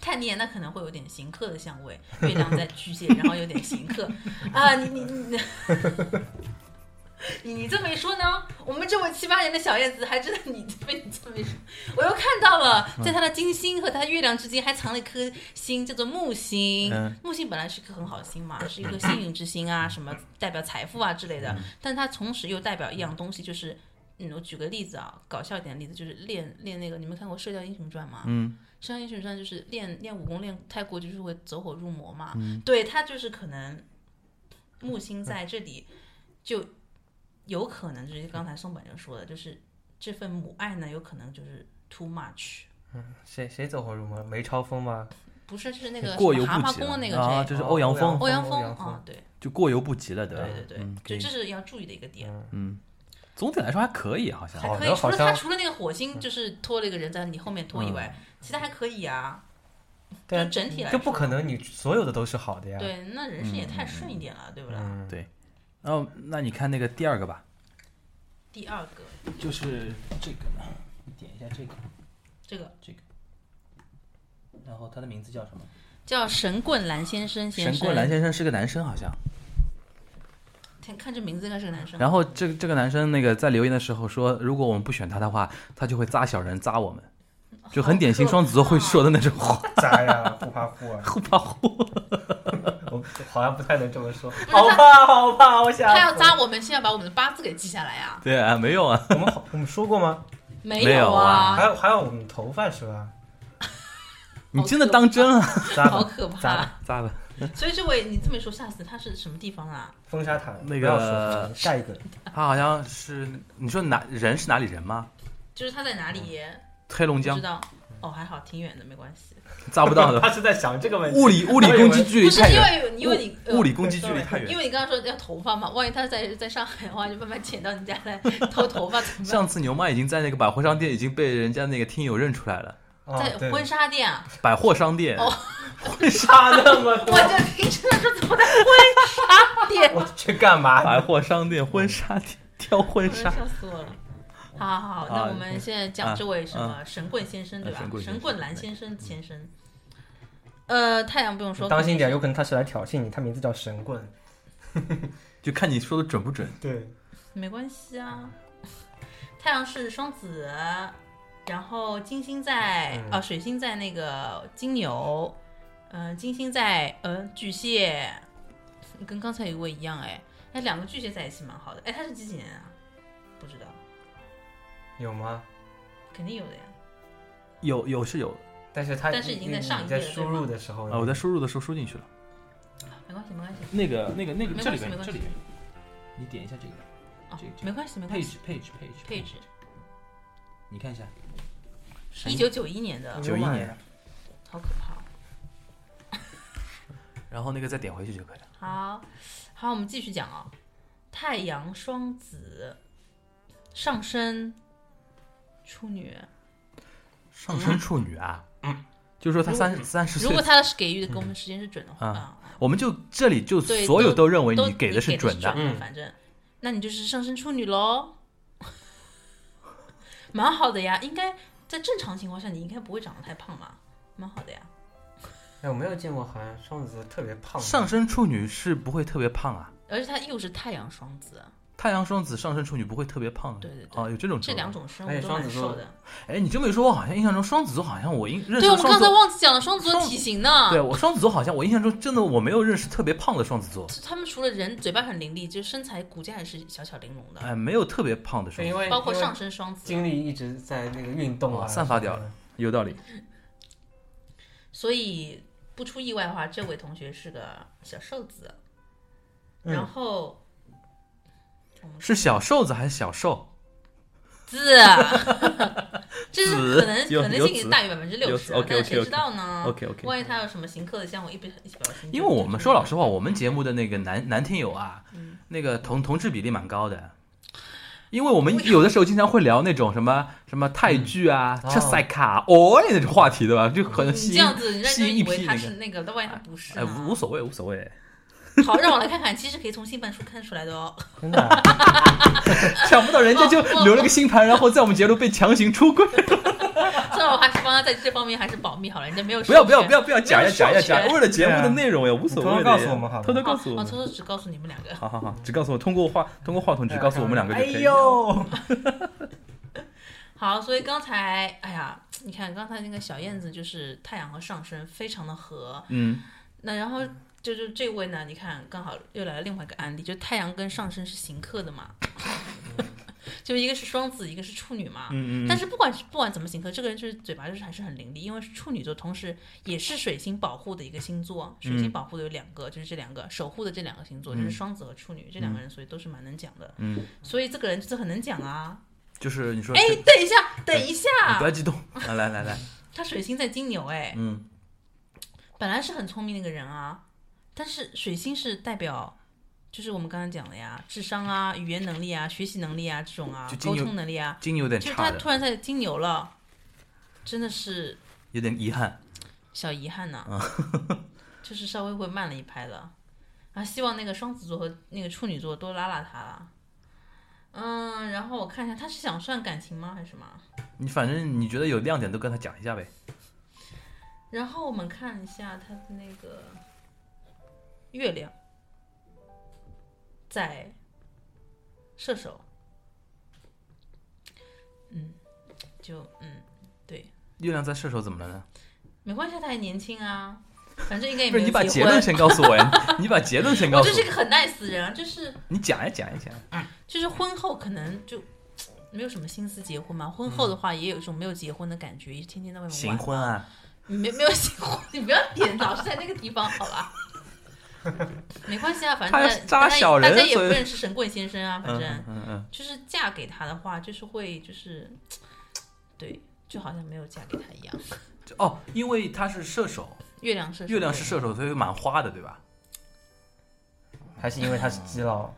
Speaker 4: 太黏了可能会有点行客的相位，月亮在巨蟹，然后有点行客啊！你你你 你你这么一说呢，我们这位七八年的小燕子还真的你被你这么一说，我又看到了，在她的金星和她的月亮之间还藏了一颗星，叫做木星。
Speaker 5: 嗯
Speaker 4: 木星本来是一颗很好的星嘛，是一个幸运之星啊，什么代表财富啊之类的，但它同时又代表一样东西，就是。嗯，我举个例子啊，搞笑一点的例子就是练练那个，你们看过《射雕英雄传》吗？
Speaker 5: 嗯，
Speaker 4: 《射雕英雄传》就是练练武功练太过就是会走火入魔嘛，
Speaker 2: 嗯
Speaker 4: 对他就是可能木星在这里就有可能就是刚才宋本就说的，就是这份母爱呢有可能就是 too much，
Speaker 2: 嗯谁谁走火入魔？梅超风吗？
Speaker 4: 不是就是那个
Speaker 5: 过
Speaker 4: 什
Speaker 5: 犹
Speaker 4: 么
Speaker 5: 不
Speaker 4: 蛤蟆
Speaker 5: 及
Speaker 4: 功的那个谁，
Speaker 5: 啊，就是欧阳锋，
Speaker 4: 欧阳
Speaker 2: 欧
Speaker 4: 锋
Speaker 2: 阳锋
Speaker 4: 啊，对
Speaker 5: 就过犹不及了，对吧？
Speaker 4: 对对对，
Speaker 5: 嗯，可
Speaker 4: 就
Speaker 5: 以
Speaker 4: 这是要注意的一个点。
Speaker 5: 嗯总体来说还可以，好像
Speaker 2: 嗯
Speaker 4: 还
Speaker 2: 好
Speaker 4: 可
Speaker 2: 的
Speaker 4: 以，除
Speaker 2: 好
Speaker 4: 了他
Speaker 2: 像嗯
Speaker 4: 除了那个火星就是拖了一个人在你后面拖以
Speaker 5: 嗯
Speaker 4: 外，其他还可以啊。
Speaker 2: 对啊
Speaker 4: 就整体来
Speaker 2: 就
Speaker 4: 说，
Speaker 2: 不可能你所有的都是好的呀。
Speaker 4: 对，那人生也太顺一点了，对不啦？
Speaker 2: 嗯，
Speaker 5: 对。然后哦那你看那个第二个吧，
Speaker 4: 第二个，
Speaker 5: 就是这个，你点一下这个，
Speaker 4: 这个
Speaker 5: 然后他的名字叫什么？
Speaker 4: 叫神棍蓝先生先生，
Speaker 5: 神棍蓝先生是个男生，好像。
Speaker 4: 看看这名字应该是个男生。
Speaker 5: 然后这个这个男生那个在留言的时候说，如果我们不选他的话，他就会扎小人扎我们，就很典型双子座会说的那种话，
Speaker 2: 渣呀，不花户啊，
Speaker 5: 后怕后。
Speaker 2: 我好像不太能这 么说。
Speaker 4: 他
Speaker 2: 好怕，好怕，我想
Speaker 4: 他要扎我们，先要把我们的八字给记下来啊！
Speaker 5: 对啊，没用啊，
Speaker 2: 我们好，我们说过吗？
Speaker 4: 没
Speaker 5: 没有啊
Speaker 2: 还有还有我们头发是 吧？
Speaker 5: 你真的当真啊了？
Speaker 2: 扎
Speaker 4: 好
Speaker 2: 吧，
Speaker 4: 可
Speaker 2: 扎
Speaker 4: 怕
Speaker 2: 吧。
Speaker 5: 咋了？
Speaker 4: 所以这位你这么一说，吓死他是什么地方啊？
Speaker 2: 风沙塔
Speaker 5: 那个
Speaker 2: 不要说下一个
Speaker 5: 他好像是你说哪人是哪里人吗？
Speaker 4: 就是他在哪里？
Speaker 5: 黑龙
Speaker 4: 不
Speaker 5: 江
Speaker 4: 知道。哦，还好，挺远的，没关系。
Speaker 5: 扎不到的，
Speaker 2: 他是在想这个问题。
Speaker 5: 物理物理攻击距
Speaker 4: 不
Speaker 5: 离
Speaker 4: 是
Speaker 5: 太
Speaker 4: 因
Speaker 5: 远，
Speaker 4: 为因为你呃
Speaker 5: 物物理攻击距离太
Speaker 4: 因
Speaker 5: 远。
Speaker 4: 为你刚刚说要头发嘛，万一他在在上海的话，就慢慢潜到你家来偷头发怎么 办？
Speaker 5: 上次牛妈已经在那个百货商店已经被人家那个听友认出来了，
Speaker 2: 哦
Speaker 4: 在
Speaker 2: 对
Speaker 4: 婚纱店啊，
Speaker 5: 百货商店
Speaker 4: 哦
Speaker 2: 差那么
Speaker 4: 我
Speaker 2: 多，
Speaker 4: 就听着说怎么在婚纱店，
Speaker 2: 我去干嘛？
Speaker 5: 百货商店婚纱店挑婚纱
Speaker 4: 笑死我了。好好好，那我们现在讲这位什么神棍先生对吧
Speaker 5: 神？棍先生
Speaker 4: 神棍蓝先生先生。呃，太阳不用说，
Speaker 2: 当心一点，有可能他是来挑衅你。他名字叫神棍，
Speaker 5: 就看你说的准不准。
Speaker 2: 对，
Speaker 4: 没关系啊。太阳是双子，然后金星在
Speaker 2: 嗯
Speaker 4: 啊，水星在那个金牛，呃，金星在呃巨蟹，跟刚才有一位一样哎，哎，两个巨蟹在一起蛮好的哎，他是几几年啊？不知道，
Speaker 2: 有吗？
Speaker 4: 肯定有的呀。
Speaker 5: 有有是有
Speaker 2: 但是它
Speaker 4: 但是已经在上一
Speaker 2: 你
Speaker 4: 页
Speaker 2: 在
Speaker 4: 了对
Speaker 2: 输
Speaker 4: 吧
Speaker 2: 入的时候，
Speaker 5: 啊，我在输入的时候输进去了。
Speaker 4: 没关系，没关系。
Speaker 5: 那个那个那个
Speaker 4: 没
Speaker 5: 这
Speaker 4: 关
Speaker 5: 里
Speaker 4: 系没
Speaker 5: 边
Speaker 4: 关系
Speaker 5: 这里边，你点一下这个
Speaker 4: 哦
Speaker 5: 这个，这
Speaker 4: 没
Speaker 5: 个
Speaker 4: 关系，没关系。
Speaker 5: page page page
Speaker 4: 配置，
Speaker 5: 你看一下，
Speaker 4: 一九九一年的，
Speaker 5: 91年
Speaker 4: 好可怕。
Speaker 5: 然后那个再点回去就可以了。
Speaker 4: 好，好，我们继续讲啊、太阳双子，上升处女，
Speaker 5: 上升处女啊，就是说他三三十
Speaker 4: 如
Speaker 5: 岁
Speaker 4: 果，他是给予给我们时间是准的话，
Speaker 5: 嗯
Speaker 4: 啊，
Speaker 5: 我们就这里就
Speaker 4: 对
Speaker 5: 所有
Speaker 4: 都
Speaker 5: 都认为
Speaker 4: 都
Speaker 5: 你给的是准的，
Speaker 2: 嗯
Speaker 4: 反正，那你就是上升处女喽， 蛮好的呀。应该在正常情况下，你应该不会长得太胖吧？蛮好的呀。
Speaker 2: 哎，我没有见过，好像双子座特别胖的。
Speaker 5: 上升处女是不会特别胖啊。
Speaker 4: 而且他又是太阳双子，
Speaker 5: 太阳双子、上升处女不会特别胖的，
Speaker 4: 对对对
Speaker 5: 哦，有这种
Speaker 4: 这
Speaker 5: 情况
Speaker 4: 两。种生
Speaker 2: 而
Speaker 4: 物
Speaker 2: 且
Speaker 4: 都
Speaker 2: 双
Speaker 4: 蛮
Speaker 2: 子座
Speaker 4: 瘦的。
Speaker 5: 哎，你这么一说，我好像印象中双子座好像我印认识
Speaker 4: 对，我
Speaker 5: 的
Speaker 4: 们
Speaker 5: 双
Speaker 4: 刚
Speaker 5: 子
Speaker 4: 才
Speaker 5: 座，
Speaker 4: 忘记讲了双子座
Speaker 5: 双
Speaker 4: 体型呢。
Speaker 5: 对我双子座好像我印象中真的我没有认识特别胖的双子座，
Speaker 4: 他们除了人嘴巴很伶俐，就身材骨架也是小巧玲珑的，
Speaker 5: 哎，没有特别胖的双子
Speaker 2: 对，因
Speaker 5: 座，
Speaker 2: 为
Speaker 4: 包括
Speaker 2: 因为
Speaker 4: 上升双子，
Speaker 2: 精力一直在那个运动啊，
Speaker 5: 哦散发掉了。有道理。
Speaker 4: 所以不出意外的话，这位同学是个小瘦子。
Speaker 2: 嗯
Speaker 4: 然后
Speaker 5: 是小瘦子还是小瘦？
Speaker 4: 字，这是可能
Speaker 5: 有
Speaker 4: 可能
Speaker 5: 有
Speaker 4: 性也
Speaker 5: 子
Speaker 4: 大于百分之六
Speaker 5: 有
Speaker 4: 十
Speaker 5: 子，
Speaker 4: 但
Speaker 5: OK，OK，OK
Speaker 4: 是谁知道呢
Speaker 5: OK，OK
Speaker 4: 万一他有什么行客的，像我一百一百八十，
Speaker 5: 因为我们说老实话，我们节目的那个男男听友啊，
Speaker 4: 嗯
Speaker 5: 那个同同志比例蛮高的。因为我们有的时候经常会聊那种什么什么泰剧啊、
Speaker 2: 嗯
Speaker 5: 车塞卡、哦那种话题，对吧？就可能
Speaker 4: 你
Speaker 5: 吸
Speaker 4: 嗯这
Speaker 5: 引
Speaker 4: 样子，人家就
Speaker 5: 吸引
Speaker 4: 以
Speaker 5: 一
Speaker 4: 为
Speaker 5: 批
Speaker 4: 他
Speaker 5: 那
Speaker 4: 是
Speaker 5: 个，
Speaker 4: 那个，但万一他不是
Speaker 5: 哎，无无
Speaker 4: 呢？
Speaker 5: 所谓，无所 谓。
Speaker 4: 好，让我来看看，其实可以从星盘书看出来的哦。
Speaker 2: 真的 啊，
Speaker 5: 想不到人家就留了个星盘，然后在我们节目被强行出 柜。
Speaker 4: 算了，我还是帮他在这方面还是保密好了，人家没有
Speaker 5: 不要
Speaker 4: 授
Speaker 5: 不要
Speaker 4: 权
Speaker 5: 不要不要讲呀
Speaker 4: 授
Speaker 5: 讲呀
Speaker 4: 权
Speaker 5: 讲呀！为了节目的
Speaker 2: 对啊
Speaker 5: 内容呀，无所谓的呀。
Speaker 2: 你偷偷告诉我们好吗
Speaker 5: 偷偷
Speaker 4: 哦
Speaker 5: 告诉我
Speaker 4: 哦，
Speaker 5: 们
Speaker 4: 偷。偷只告诉你们两个。
Speaker 5: 好好好，只告诉我，通过话通过话筒只告诉我们两个就可
Speaker 2: 哎
Speaker 5: 以了。
Speaker 2: 呦，
Speaker 4: 好，所以刚才，哎呀，你看刚才那个小燕子就是太阳和上升非常的合。
Speaker 5: 嗯，
Speaker 4: 那然后就是这位呢，你看刚好又来了另外一个案例，就太阳跟上升是行克的嘛， 就一个是双子，一个是处女嘛。
Speaker 5: 嗯嗯嗯
Speaker 4: 但是不管不管怎么行克，这个人就是嘴巴就是还是很伶俐，因为处女座同时也是水星保护的一个星座，水
Speaker 5: 嗯
Speaker 4: 星保护的有两个，就是这两个守护的这两个星座，就是双子和处女这两个人，所以都是蛮能讲的。
Speaker 5: 嗯，
Speaker 4: 所以这个人就是很能讲啊。
Speaker 5: 就是你说，
Speaker 4: 哎，
Speaker 5: 你
Speaker 4: 等一下，等一下，
Speaker 5: 不要激动，啊 来来来，
Speaker 4: 他水星在金牛，哎，
Speaker 5: 嗯，
Speaker 4: 本来是很聪明的一个人啊，但是水星是代表，就是我们刚刚讲的呀，智商啊、语言能力啊、学习能力啊这种啊
Speaker 5: 就，金
Speaker 4: 沟
Speaker 5: 牛
Speaker 4: 通能力啊，
Speaker 5: 金牛有点
Speaker 4: 就是
Speaker 5: 差
Speaker 4: 他
Speaker 5: 的
Speaker 4: 突，然在金牛了，真的是
Speaker 5: 有点遗憾。
Speaker 4: 小遗憾
Speaker 5: 啊
Speaker 4: 呐、就是稍微会慢了一拍的啊。希望那个双子座和那个处女座多拉拉他啦。嗯，然后我看一下，他是想算感情吗，还是什么？
Speaker 5: 你反正你觉得有亮点都跟他讲一下呗。
Speaker 4: 然后我们看一下他的那个月亮在射手，嗯，就嗯，对，
Speaker 5: 月亮在射手怎么了呢？
Speaker 4: 没关系，他还年轻啊，反正应该也
Speaker 5: 不
Speaker 4: 没
Speaker 5: 是你把
Speaker 4: 有
Speaker 5: 结
Speaker 4: 结
Speaker 5: 论
Speaker 4: 婚。
Speaker 5: 先告诉我呀，你把结论先告
Speaker 4: 我
Speaker 5: 诉
Speaker 4: 就是
Speaker 5: 我，
Speaker 4: 个很 nice 的人啊，就是
Speaker 5: 你讲呀讲呀讲呀。
Speaker 4: 就是婚后可能就没有什么心思结婚嘛，婚后
Speaker 5: 嗯
Speaker 4: 的话也有一种没有结婚的感觉，天天在外面
Speaker 5: 行
Speaker 4: 玩。
Speaker 5: 婚啊，
Speaker 4: 没没有喜欢，你不要点老是在那个地方，好吧？ 没关系啊，反正
Speaker 5: 他
Speaker 4: 大
Speaker 5: 是扎小人
Speaker 4: 大家也不
Speaker 5: 所以
Speaker 4: 认识神棍先生啊，反
Speaker 5: 嗯
Speaker 4: 正、
Speaker 5: 嗯嗯嗯，
Speaker 4: 就是嫁给他的话，就是会就是，对，就好像没有嫁给他一样。
Speaker 5: 就哦，因为他是射手，
Speaker 4: 月亮射手，
Speaker 5: 月亮是射手，所以蛮花的，对吧？
Speaker 2: 还是因为他是基佬，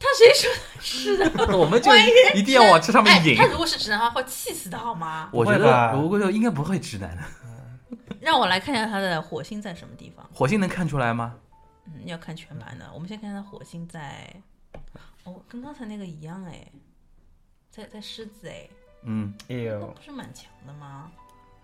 Speaker 4: 他谁说他是的？
Speaker 5: 我们就一定要往这上面
Speaker 4: 哎，
Speaker 5: 引
Speaker 4: 他。如果是直男的话，会气死的好吗？
Speaker 5: 我觉
Speaker 2: 不会吧
Speaker 5: 得，我估计应该不会直男的。
Speaker 4: 让我来看一下他的火星在什么地方。
Speaker 5: 火星能看出来吗？
Speaker 4: 嗯，要看全盘的。我们先看他火星在，哦，跟刚才那个一样哎，在在狮子哎，
Speaker 5: 嗯，
Speaker 2: 哎
Speaker 4: 那
Speaker 2: 呦
Speaker 4: 不，是蛮强的吗？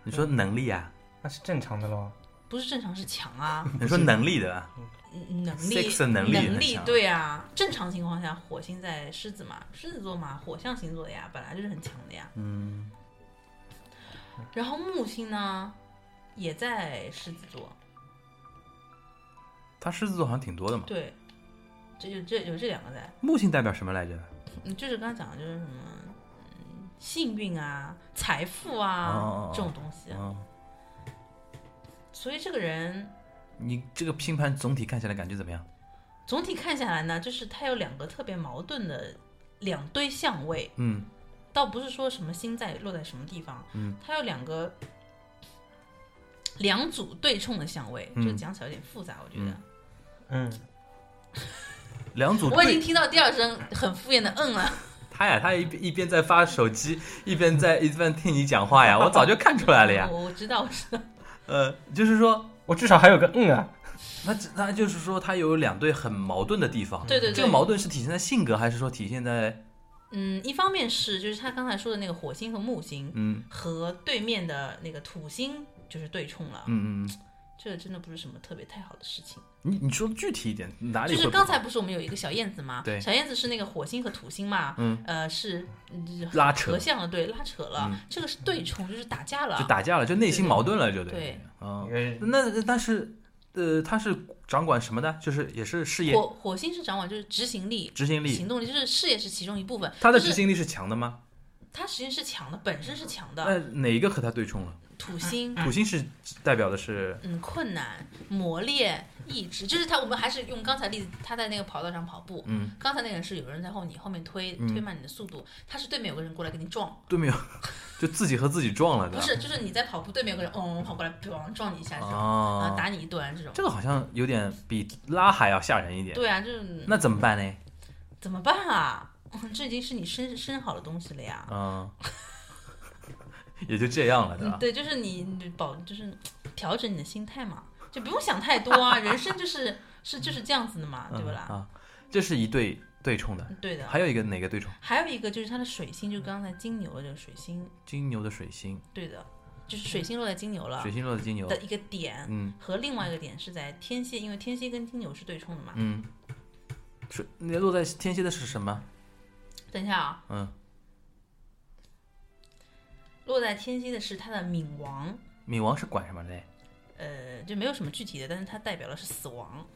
Speaker 5: 你说能力啊，
Speaker 2: 那是正常的咯。
Speaker 4: 不是正常是强啊，
Speaker 5: 你说能力的啊，
Speaker 4: 嗯能力
Speaker 5: Six 的能力很强
Speaker 4: 对啊，正常情况下火星在狮子嘛，狮子座嘛，火象星座的呀，本来就是很强的呀。
Speaker 5: 嗯，
Speaker 4: 然后木星呢，也在狮子座，
Speaker 5: 他狮子座好像挺多的嘛。
Speaker 4: 对，这就这有这两个在，
Speaker 5: 木星代表什么来着？
Speaker 4: 嗯，就是刚刚讲的就是什么，嗯，幸运啊、财富啊、
Speaker 5: 哦
Speaker 4: 这种东西。
Speaker 5: 嗯，
Speaker 4: 所以这个人
Speaker 5: 你这个拼盘总体看起来感觉怎么样？
Speaker 4: 总体看下来呢，就是他有两个特别矛盾的两堆相位，
Speaker 5: 嗯
Speaker 4: 倒不是说什么心在落在什么地方，
Speaker 5: 嗯，
Speaker 4: 他有两个两组对冲的相位，
Speaker 5: 嗯
Speaker 4: 这个讲起来有点复杂，我觉得。
Speaker 5: 嗯
Speaker 2: 嗯，
Speaker 5: 两组
Speaker 4: 我已经
Speaker 5: 对，
Speaker 4: 听到第二声很敷衍的嗯了，
Speaker 5: 他呀，他一边一边在发手机，一边在 一边听你讲话 呀，我早就看出来了呀。
Speaker 4: 我我知道，我知道，
Speaker 5: 呃，就是说，
Speaker 2: 我至少还有个嗯啊，
Speaker 5: 那那就是说，他有两对很矛盾的地方。
Speaker 4: 对对对，
Speaker 5: 嗯这个矛盾是体现在性格，还是说体现在
Speaker 4: 嗯，一方面是就是他刚才说的那个火星和木星
Speaker 5: 嗯
Speaker 4: 和对面的那个土星就是对冲了，
Speaker 5: 嗯嗯？
Speaker 4: 这个真的不是什么特别太好的事情。
Speaker 5: 你你说具体一点，哪里
Speaker 4: 就
Speaker 5: 会
Speaker 4: 是
Speaker 5: 不
Speaker 4: 刚才不是我们有一个小燕子吗？
Speaker 5: 对
Speaker 4: 小燕子是那个火星和土星嘛，
Speaker 5: 嗯，
Speaker 4: 呃，是嗯
Speaker 5: 拉扯
Speaker 4: 合相了，对，拉扯了，
Speaker 5: 嗯
Speaker 4: 这个是对冲，就是打架了，
Speaker 5: 就打架了，就内心矛盾了，就
Speaker 4: 对。
Speaker 5: 嗯
Speaker 2: 因，为
Speaker 5: 那但是呃，他是掌管什么呢？就是也是事业
Speaker 4: 火火星是掌管就是执行力、
Speaker 5: 执行力
Speaker 4: 行，动力，就是事业是其中一部分。
Speaker 5: 他的
Speaker 4: 就
Speaker 5: 执
Speaker 4: 是
Speaker 5: 行力是强的吗？
Speaker 4: 它实际是强的，本身是强的。嗯
Speaker 5: 那哪一个和他对冲了？
Speaker 4: 土星，
Speaker 5: 土星是代表的是
Speaker 4: 嗯，困难、磨练、意志，就是他。我们还是用刚才例子，他在那个跑道上跑步，
Speaker 5: 嗯，
Speaker 4: 刚才那个人是有人在后你后面推，
Speaker 5: 嗯
Speaker 4: 推慢你的速度，他是对面有个人过来跟你撞，
Speaker 5: 对面有， 就自己和自己撞了，对
Speaker 4: 不
Speaker 5: 吧？
Speaker 4: 是，就是你在跑步，对面有个人嗡、跑过来，咣撞你一下这种，啊，
Speaker 5: 啊，
Speaker 4: 打你一顿这种。
Speaker 5: 这个好像有点比拉还要吓人一点。
Speaker 4: 对啊，就是
Speaker 5: 那怎么办呢？
Speaker 4: 怎么办啊？这已经是你生生好的东西了呀。
Speaker 5: 嗯， 也就这样了，对
Speaker 4: 嗯
Speaker 5: 吧，？
Speaker 4: 对，就是你你保，就是调整你的心态嘛，就不用想太多啊。人生就是是就是这样子的嘛，对不
Speaker 5: 嗯
Speaker 4: 啦？嗯
Speaker 5: 啊，这是一对对冲的，
Speaker 4: 对啊的。
Speaker 5: 还有一个哪个对冲？
Speaker 4: 还有一个就是它的水星，就刚才金牛的这个水星，
Speaker 5: 金牛的水星，
Speaker 4: 对的，就是水星落在金牛了
Speaker 5: 水星落的金牛
Speaker 4: 的，一个点，
Speaker 5: 嗯
Speaker 4: 和另外一个点是在天蝎，因为天蝎跟金牛是对冲的嘛。
Speaker 5: 嗯，水那落在天蝎的是什么？
Speaker 4: 等一下啊，
Speaker 5: 嗯，
Speaker 4: 落在天蝎的是它的冥王，
Speaker 5: 冥王是管什么的嘞？
Speaker 4: 呃，就没有什么具体的，但是它代表的是死亡。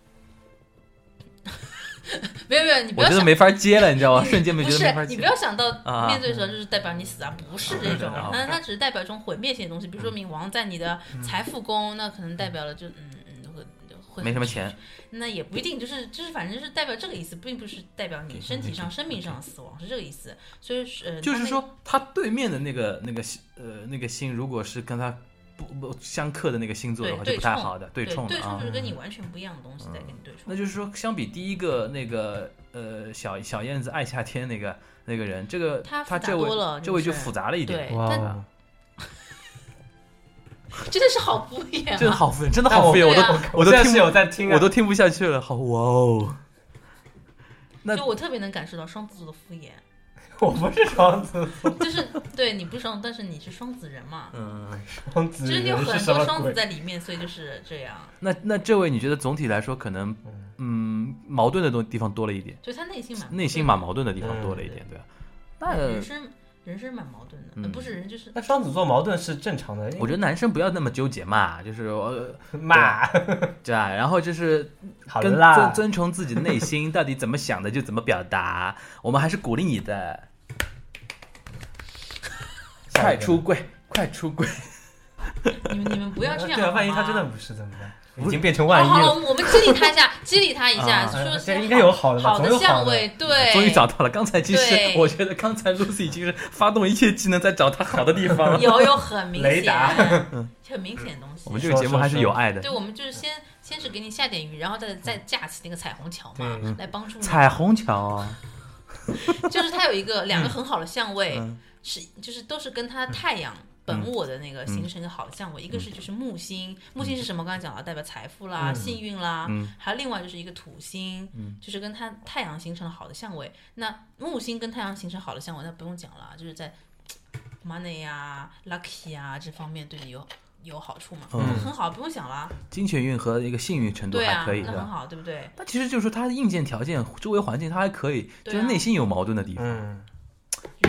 Speaker 4: 没有没有，你不
Speaker 5: 我
Speaker 4: 要
Speaker 5: 觉得
Speaker 4: 想，
Speaker 5: 没法接了，你知 道吗？瞬间没
Speaker 4: 不
Speaker 5: 觉得没法
Speaker 4: 是你
Speaker 5: 接
Speaker 4: 不。要想到
Speaker 5: 啊
Speaker 4: 面对的时候就是代表你死啊，不是这种
Speaker 5: 啊，嗯
Speaker 4: 那它只是代表一种毁灭性的东西，比如说冥王在你的财富宫，那可能代表了就嗯嗯会会
Speaker 5: 没什么钱，
Speaker 4: 那也不一定，就是就是反正就是代表这个意思，并不是代表你身体上、生命上的死亡是这个意思。所以呃，
Speaker 5: 就
Speaker 4: 他
Speaker 5: 是
Speaker 4: 那
Speaker 5: 说他对面的那个那个星呃那个星，如果是跟他不不相克的那个星座的话，
Speaker 4: 对
Speaker 5: 就不太
Speaker 4: 对冲
Speaker 5: 好的对
Speaker 4: 对
Speaker 5: 冲的
Speaker 4: 对冲
Speaker 5: 啊
Speaker 4: 就。是跟你完全不一样的东西在跟你对冲。
Speaker 5: 那就是说，相比第一个那个呃小小燕子爱夏天那个那个人，这个
Speaker 4: 他
Speaker 5: 他
Speaker 4: 复杂
Speaker 5: 这
Speaker 4: 多了
Speaker 5: 位这位就
Speaker 4: 就是
Speaker 5: 复杂了一点，
Speaker 4: 对，
Speaker 2: 哇
Speaker 4: 但
Speaker 2: 哦，
Speaker 4: 真的是好敷衍
Speaker 5: 真的
Speaker 4: 啊！
Speaker 5: 好敷衍，真的好敷衍，我
Speaker 4: 对啊
Speaker 5: 都我都
Speaker 2: 现在
Speaker 5: 听
Speaker 2: 是
Speaker 5: 不
Speaker 2: 有在听啊，
Speaker 5: 我都听不下去了，好哇哦！那
Speaker 4: 就我特别能感受到双子座的敷衍，
Speaker 2: 我不是双子，
Speaker 4: 就是对你不是双，但是你是双子人嘛，
Speaker 5: 嗯，
Speaker 2: 双子
Speaker 4: 就是有
Speaker 2: 人
Speaker 4: 很
Speaker 2: 是什
Speaker 4: 多
Speaker 2: 么
Speaker 4: 双子
Speaker 2: 鬼？
Speaker 4: 在里面，所以就是这样。
Speaker 5: 那那这位你觉得总体来说可能嗯矛盾的东地方多了一点，
Speaker 4: 所以他内心蛮
Speaker 5: 内心蛮矛盾的地方多了一点，对吧？呃那
Speaker 2: 呃
Speaker 4: 人生人生蛮矛盾的，呃
Speaker 5: 嗯
Speaker 4: 不是人就是
Speaker 2: 那双子座矛盾是正常的，哎
Speaker 5: 我觉得男生不要那么纠结嘛，就是呃
Speaker 2: 骂
Speaker 5: 对吧？然后就是
Speaker 2: 好
Speaker 5: 跟
Speaker 2: 啦
Speaker 5: 遵，遵从自己内心到底怎么想的就怎么表达，我们还是鼓励你的。
Speaker 2: 下一
Speaker 5: 快
Speaker 2: 个
Speaker 5: 出柜，快出柜！
Speaker 4: 你们你们不 要这样
Speaker 2: 对
Speaker 4: 好
Speaker 2: 啊，
Speaker 4: 吗。
Speaker 2: 万一他真的不是怎么办？已经变成万
Speaker 4: 好
Speaker 2: 一
Speaker 4: 好了，
Speaker 2: 了，
Speaker 4: 哦
Speaker 2: 嗯
Speaker 4: 我们激励他一下， 激励他一下，
Speaker 5: 啊
Speaker 4: 说
Speaker 2: 这应该有好的吧
Speaker 4: 好
Speaker 2: 总有好
Speaker 4: 相
Speaker 2: 的
Speaker 4: 位，对，
Speaker 5: 终于找到了。刚才其实
Speaker 4: 对
Speaker 5: 我觉得，刚才 Lucy 已经是发动一切技能在找他好的地方了。
Speaker 4: 有有很明
Speaker 2: 雷
Speaker 4: 显
Speaker 2: 达，
Speaker 4: 很明显的东西。
Speaker 5: 我们这个节目还是有爱的
Speaker 4: 对，。我们就是先先是给你下点雨，然后再再架起那个彩虹桥嘛
Speaker 2: 对，
Speaker 4: 来帮助你。
Speaker 5: 彩虹桥，啊
Speaker 4: 就是它有一个两个很好的相位，
Speaker 5: 嗯
Speaker 4: 是就是都是跟它太阳。本我的
Speaker 5: 嗯
Speaker 4: 那个形成一个好的相位，一个是就是木星，木星是什么？我刚才讲了，代表财富啦、幸运啦，
Speaker 5: 嗯
Speaker 4: 还有另外就是一个土星，就是跟它太阳形成了好的相位。那木星跟太阳形成好的相位，那不用讲了，就是在 money 啊、lucky 啊这方面对你有有好处嘛，
Speaker 5: 嗯
Speaker 4: 很好，不用想了，
Speaker 5: 金钱运和一个幸运程度
Speaker 4: 对
Speaker 5: 还
Speaker 4: 啊，
Speaker 5: 可以，
Speaker 4: 那
Speaker 5: 对
Speaker 4: 很
Speaker 5: 吧？
Speaker 4: 好，对不对？
Speaker 5: 那其实就是说，他的硬件条件、周围环境他还可以，
Speaker 4: 对啊
Speaker 5: 就是内心有矛盾的地方。
Speaker 2: 嗯，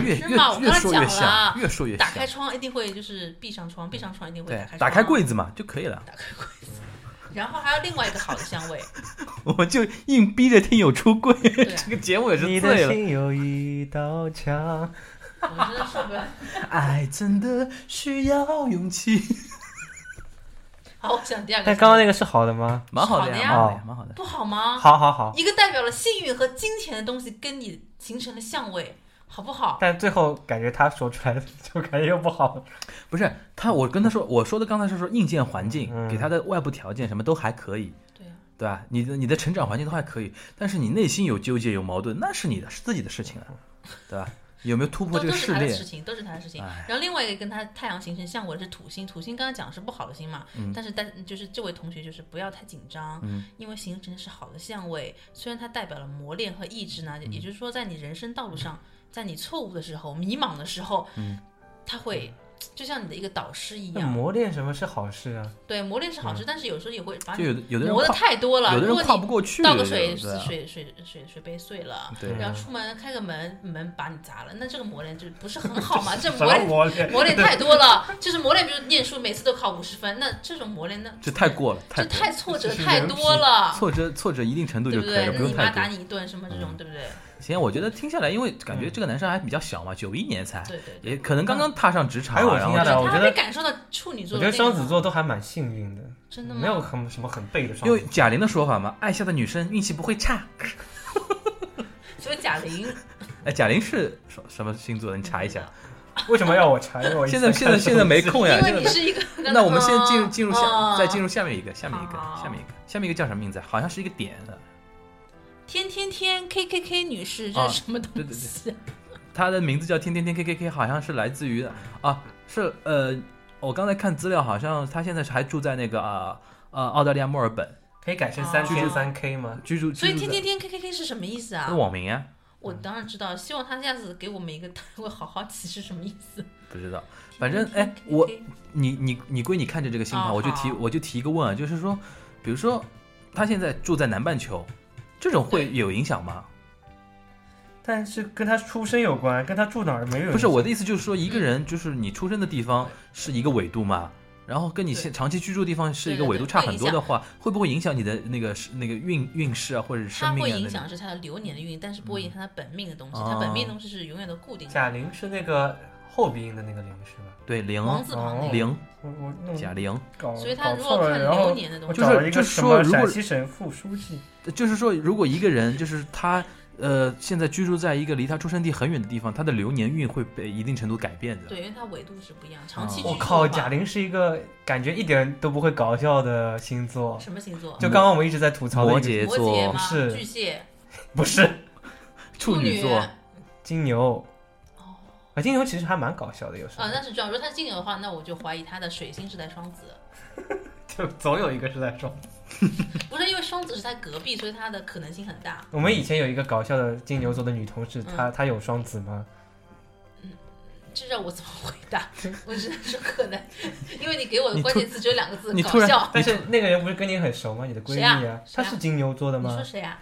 Speaker 5: 越
Speaker 4: 是
Speaker 5: 越
Speaker 4: 嘛我
Speaker 5: 越
Speaker 4: 刚才
Speaker 5: 说越
Speaker 4: 讲了啊
Speaker 5: 像，越说越
Speaker 4: 打
Speaker 5: 像。嗯
Speaker 4: 开窗一定会就是闭上窗，闭上窗一定会
Speaker 5: 对
Speaker 4: 打开，窗
Speaker 5: 打开柜子嘛就可以了。
Speaker 4: 然后还有另外一个好的香味，
Speaker 5: 我们就硬逼着听友出柜，
Speaker 4: 啊
Speaker 5: 这个节目也是
Speaker 2: 你的
Speaker 5: 醉了。
Speaker 2: 心有一道墙，
Speaker 4: 我真的受不了。
Speaker 5: 爱真的需要勇气，
Speaker 4: 好，我想第二个。
Speaker 2: 但刚刚那个是好的吗？
Speaker 5: 蛮好的蛮好
Speaker 2: 好的
Speaker 5: 的
Speaker 2: 呀
Speaker 5: 呀，蛮好的。
Speaker 4: 不好吗？
Speaker 2: 好好好，
Speaker 4: 一个代表了信誉和金钱的东西跟你形成了相位，好不好？
Speaker 2: 但最后感觉他说出来的就感觉又不好。
Speaker 5: 不是
Speaker 4: 嗯
Speaker 5: 他，我跟他说，我说的刚才是说硬件环境，
Speaker 2: 嗯
Speaker 5: 给他的外部条件什么都还可以，
Speaker 4: 对啊，
Speaker 5: 对吧？你的你的成长环境都还可以，但是你内心有纠结有矛盾，那是你的是自己的事情了，对吧？有没有突破
Speaker 4: 都
Speaker 5: 这个
Speaker 4: 嗯都是
Speaker 5: 试
Speaker 4: 他的
Speaker 5: 炼
Speaker 4: 事？情，都是他的事情
Speaker 5: 哎。
Speaker 4: 然后另外一个跟他太阳形成相位的是土星，土星刚刚讲是不好的星嘛，
Speaker 5: 嗯
Speaker 4: 但是但就是这位同学就是不要太紧张，
Speaker 5: 嗯
Speaker 4: 因为形成的是好的相位，虽然它代表了磨练和意志呢，
Speaker 5: 嗯
Speaker 4: 也就是说在你人生道路上，在你错误的时候、迷茫的时候，
Speaker 5: 嗯
Speaker 4: 他会就像你的一个导师一
Speaker 2: 那
Speaker 4: 样，
Speaker 2: 磨练什么是好事啊？
Speaker 4: 对，磨练是好事，但是有时候也会把
Speaker 5: 嗯就
Speaker 4: 你
Speaker 5: 有的有的人
Speaker 4: 磨的
Speaker 5: 跨
Speaker 4: 太多了，
Speaker 5: 有的人
Speaker 4: 如果
Speaker 5: 跨
Speaker 4: 你
Speaker 5: 不过去，
Speaker 4: 倒个水
Speaker 5: 对吧
Speaker 4: 水水水水杯碎了，
Speaker 5: 对啊
Speaker 4: 然
Speaker 2: 嗯
Speaker 4: 后出门开个门门把你砸了，那这个磨练就不是很好 嘛？这
Speaker 2: 什
Speaker 4: 磨
Speaker 2: 么
Speaker 4: 练
Speaker 2: 磨练？
Speaker 4: 磨练太多了，就是磨练，比如念书每次都考五十分，那这种磨练那
Speaker 5: 这太过了，太
Speaker 4: 就
Speaker 5: 过
Speaker 4: 太挫折
Speaker 2: 这是
Speaker 4: 太
Speaker 2: 人
Speaker 4: 多
Speaker 2: 品
Speaker 4: 了
Speaker 5: 了，挫折挫折一定程度
Speaker 4: 对
Speaker 5: 就
Speaker 4: 不
Speaker 5: 可以
Speaker 4: 对
Speaker 5: 了，？
Speaker 4: 那
Speaker 5: 不用
Speaker 4: 你妈
Speaker 5: 太
Speaker 4: 打
Speaker 5: 多。嗯哎
Speaker 4: 你一顿什么这种，对不对？
Speaker 5: 行，我觉得听下来，因为感觉
Speaker 2: 嗯
Speaker 5: 这个男生还比较小嘛，九一年才，
Speaker 4: 对哎对对。
Speaker 5: 也可能刚刚踏上职场啊。
Speaker 2: 还有我
Speaker 5: 然
Speaker 2: 听下
Speaker 5: 后
Speaker 2: 来
Speaker 4: 他
Speaker 2: 我觉
Speaker 4: 还
Speaker 2: 得
Speaker 4: 没感受到处女
Speaker 2: 我
Speaker 4: 座
Speaker 2: 觉
Speaker 4: 的那
Speaker 2: 得
Speaker 4: 个，
Speaker 2: 双子座都还蛮幸运的，
Speaker 4: 真的吗？
Speaker 2: 没有很什么很背的双
Speaker 5: 因为
Speaker 2: 子座。
Speaker 5: 贾玲的说法嘛，爱笑的女生运气不会差。
Speaker 4: 所以贾玲
Speaker 5: 哎，贾玲是什什么星座的？你查一下。，
Speaker 2: 为什么要 我查？因为我一
Speaker 5: 现
Speaker 2: 直
Speaker 5: 在现在
Speaker 2: 看
Speaker 5: 现在没空呀
Speaker 4: 因。为
Speaker 5: 现
Speaker 4: 你
Speaker 5: 在
Speaker 4: 是一个
Speaker 5: 没。啊那我们先进入进入下，
Speaker 4: 嗯
Speaker 5: 再进入下面一个，下面一个，
Speaker 4: 好
Speaker 5: 下面一个，下面一个叫什么名字啊？好像是一个点的，
Speaker 4: 天天天 K K K 女士，
Speaker 5: 啊
Speaker 4: 这是什么
Speaker 5: 对
Speaker 4: 东
Speaker 5: 对对
Speaker 4: 西？
Speaker 5: 他的名字叫天天天 K K K，好像是来自于啊，是呃，我刚才看资料，好像他现在是还住在那个啊呃澳大利亚墨尔本
Speaker 2: 可以改成三
Speaker 4: 哦
Speaker 2: 天三 K 吗？
Speaker 5: 居住，
Speaker 4: 所以
Speaker 5: 居住在
Speaker 4: 天天天 K K K 是什么意思啊
Speaker 5: 那？网名啊，
Speaker 4: 我当然知道，希望他下次给我们一个单位，好好奇是什么意思。
Speaker 5: 不知道。反正哎，我你你你归你看着这个星盘，
Speaker 4: 哦
Speaker 5: 我就提
Speaker 4: 好
Speaker 5: 我就提一个问啊，就是说，比如说他现在住在南半球，这种会有影响吗？
Speaker 2: 但是跟他出身有关，跟他住哪儿没有影响。
Speaker 5: 不是我的意思，就是说一
Speaker 4: 嗯
Speaker 5: 个人就是你出生的地方是一个纬度嘛，然后跟你
Speaker 4: 对
Speaker 5: 现长期居住的地方是一个
Speaker 4: 对对
Speaker 5: 纬度差很多
Speaker 4: 会影
Speaker 5: 的话，会不会影响你的那个是那个运运势啊，或者是
Speaker 4: 它
Speaker 5: 生命
Speaker 4: 会
Speaker 5: 啊？
Speaker 4: 影
Speaker 5: 那种
Speaker 4: 响是它的流年的运，但是不会影响它本命的东西。
Speaker 5: 哦
Speaker 4: 它本命的东西是永远都固定
Speaker 2: 贾
Speaker 4: 的。
Speaker 2: 玲是那个后鼻音的那个玲是吧？
Speaker 5: 对零
Speaker 4: 王字旁那个，
Speaker 5: 零
Speaker 2: 我我弄
Speaker 5: 贾玲，
Speaker 2: 搞
Speaker 4: 所以他
Speaker 2: 搞
Speaker 4: 如果
Speaker 2: 错了，
Speaker 4: 看
Speaker 2: 然后
Speaker 4: 流年的东
Speaker 2: 我
Speaker 4: 西，
Speaker 2: 找了一
Speaker 5: 就
Speaker 2: 个
Speaker 5: 是
Speaker 2: 什
Speaker 5: 说
Speaker 2: 么
Speaker 5: 如果
Speaker 2: 陕西省副书记，
Speaker 5: 就是说，如果一个人就是他呃现在居住在一个离他出生地很远的地方，他的流年运会被一定程度改变的。
Speaker 4: 对，因为它纬度是不一
Speaker 5: 哦
Speaker 4: 样。长期居住
Speaker 2: 我
Speaker 4: 的话
Speaker 2: 靠，贾玲是一个感觉一点都不会搞笑的星座，
Speaker 4: 什么星座？
Speaker 2: 就刚刚我们一直在吐槽的
Speaker 5: 摩
Speaker 2: 一个
Speaker 5: 羯
Speaker 4: 摩羯
Speaker 5: 座
Speaker 4: 吗、、
Speaker 2: 是
Speaker 4: 巨蟹、
Speaker 2: 不是
Speaker 5: 处
Speaker 4: 女啊
Speaker 5: 女座，
Speaker 2: 金牛
Speaker 4: 哦，
Speaker 2: 啊，金牛其实还蛮搞笑的，有时候
Speaker 4: 啊，那是这样。如果他是金牛的话，那我就怀疑他的水星是在双子，
Speaker 2: 就总有一个是在装。
Speaker 4: 不是因为双子是他隔壁，所以他的可能性很大。
Speaker 2: 我们以前有一个搞笑的金牛座的女同事，
Speaker 4: 嗯
Speaker 2: 她她有双子吗？
Speaker 4: 这让我怎么回 答？我只能说可能，因为你给我的
Speaker 5: 你突
Speaker 4: 关键词只有两个字：
Speaker 5: 你突
Speaker 4: 搞
Speaker 5: 然
Speaker 4: 笑。
Speaker 2: 但是那个人不是跟你很熟吗？你的闺蜜
Speaker 4: 谁
Speaker 2: 啊
Speaker 4: 啊，谁
Speaker 2: 她
Speaker 4: 啊
Speaker 2: 是金牛座的
Speaker 4: 你
Speaker 2: 吗
Speaker 4: 说？谁啊？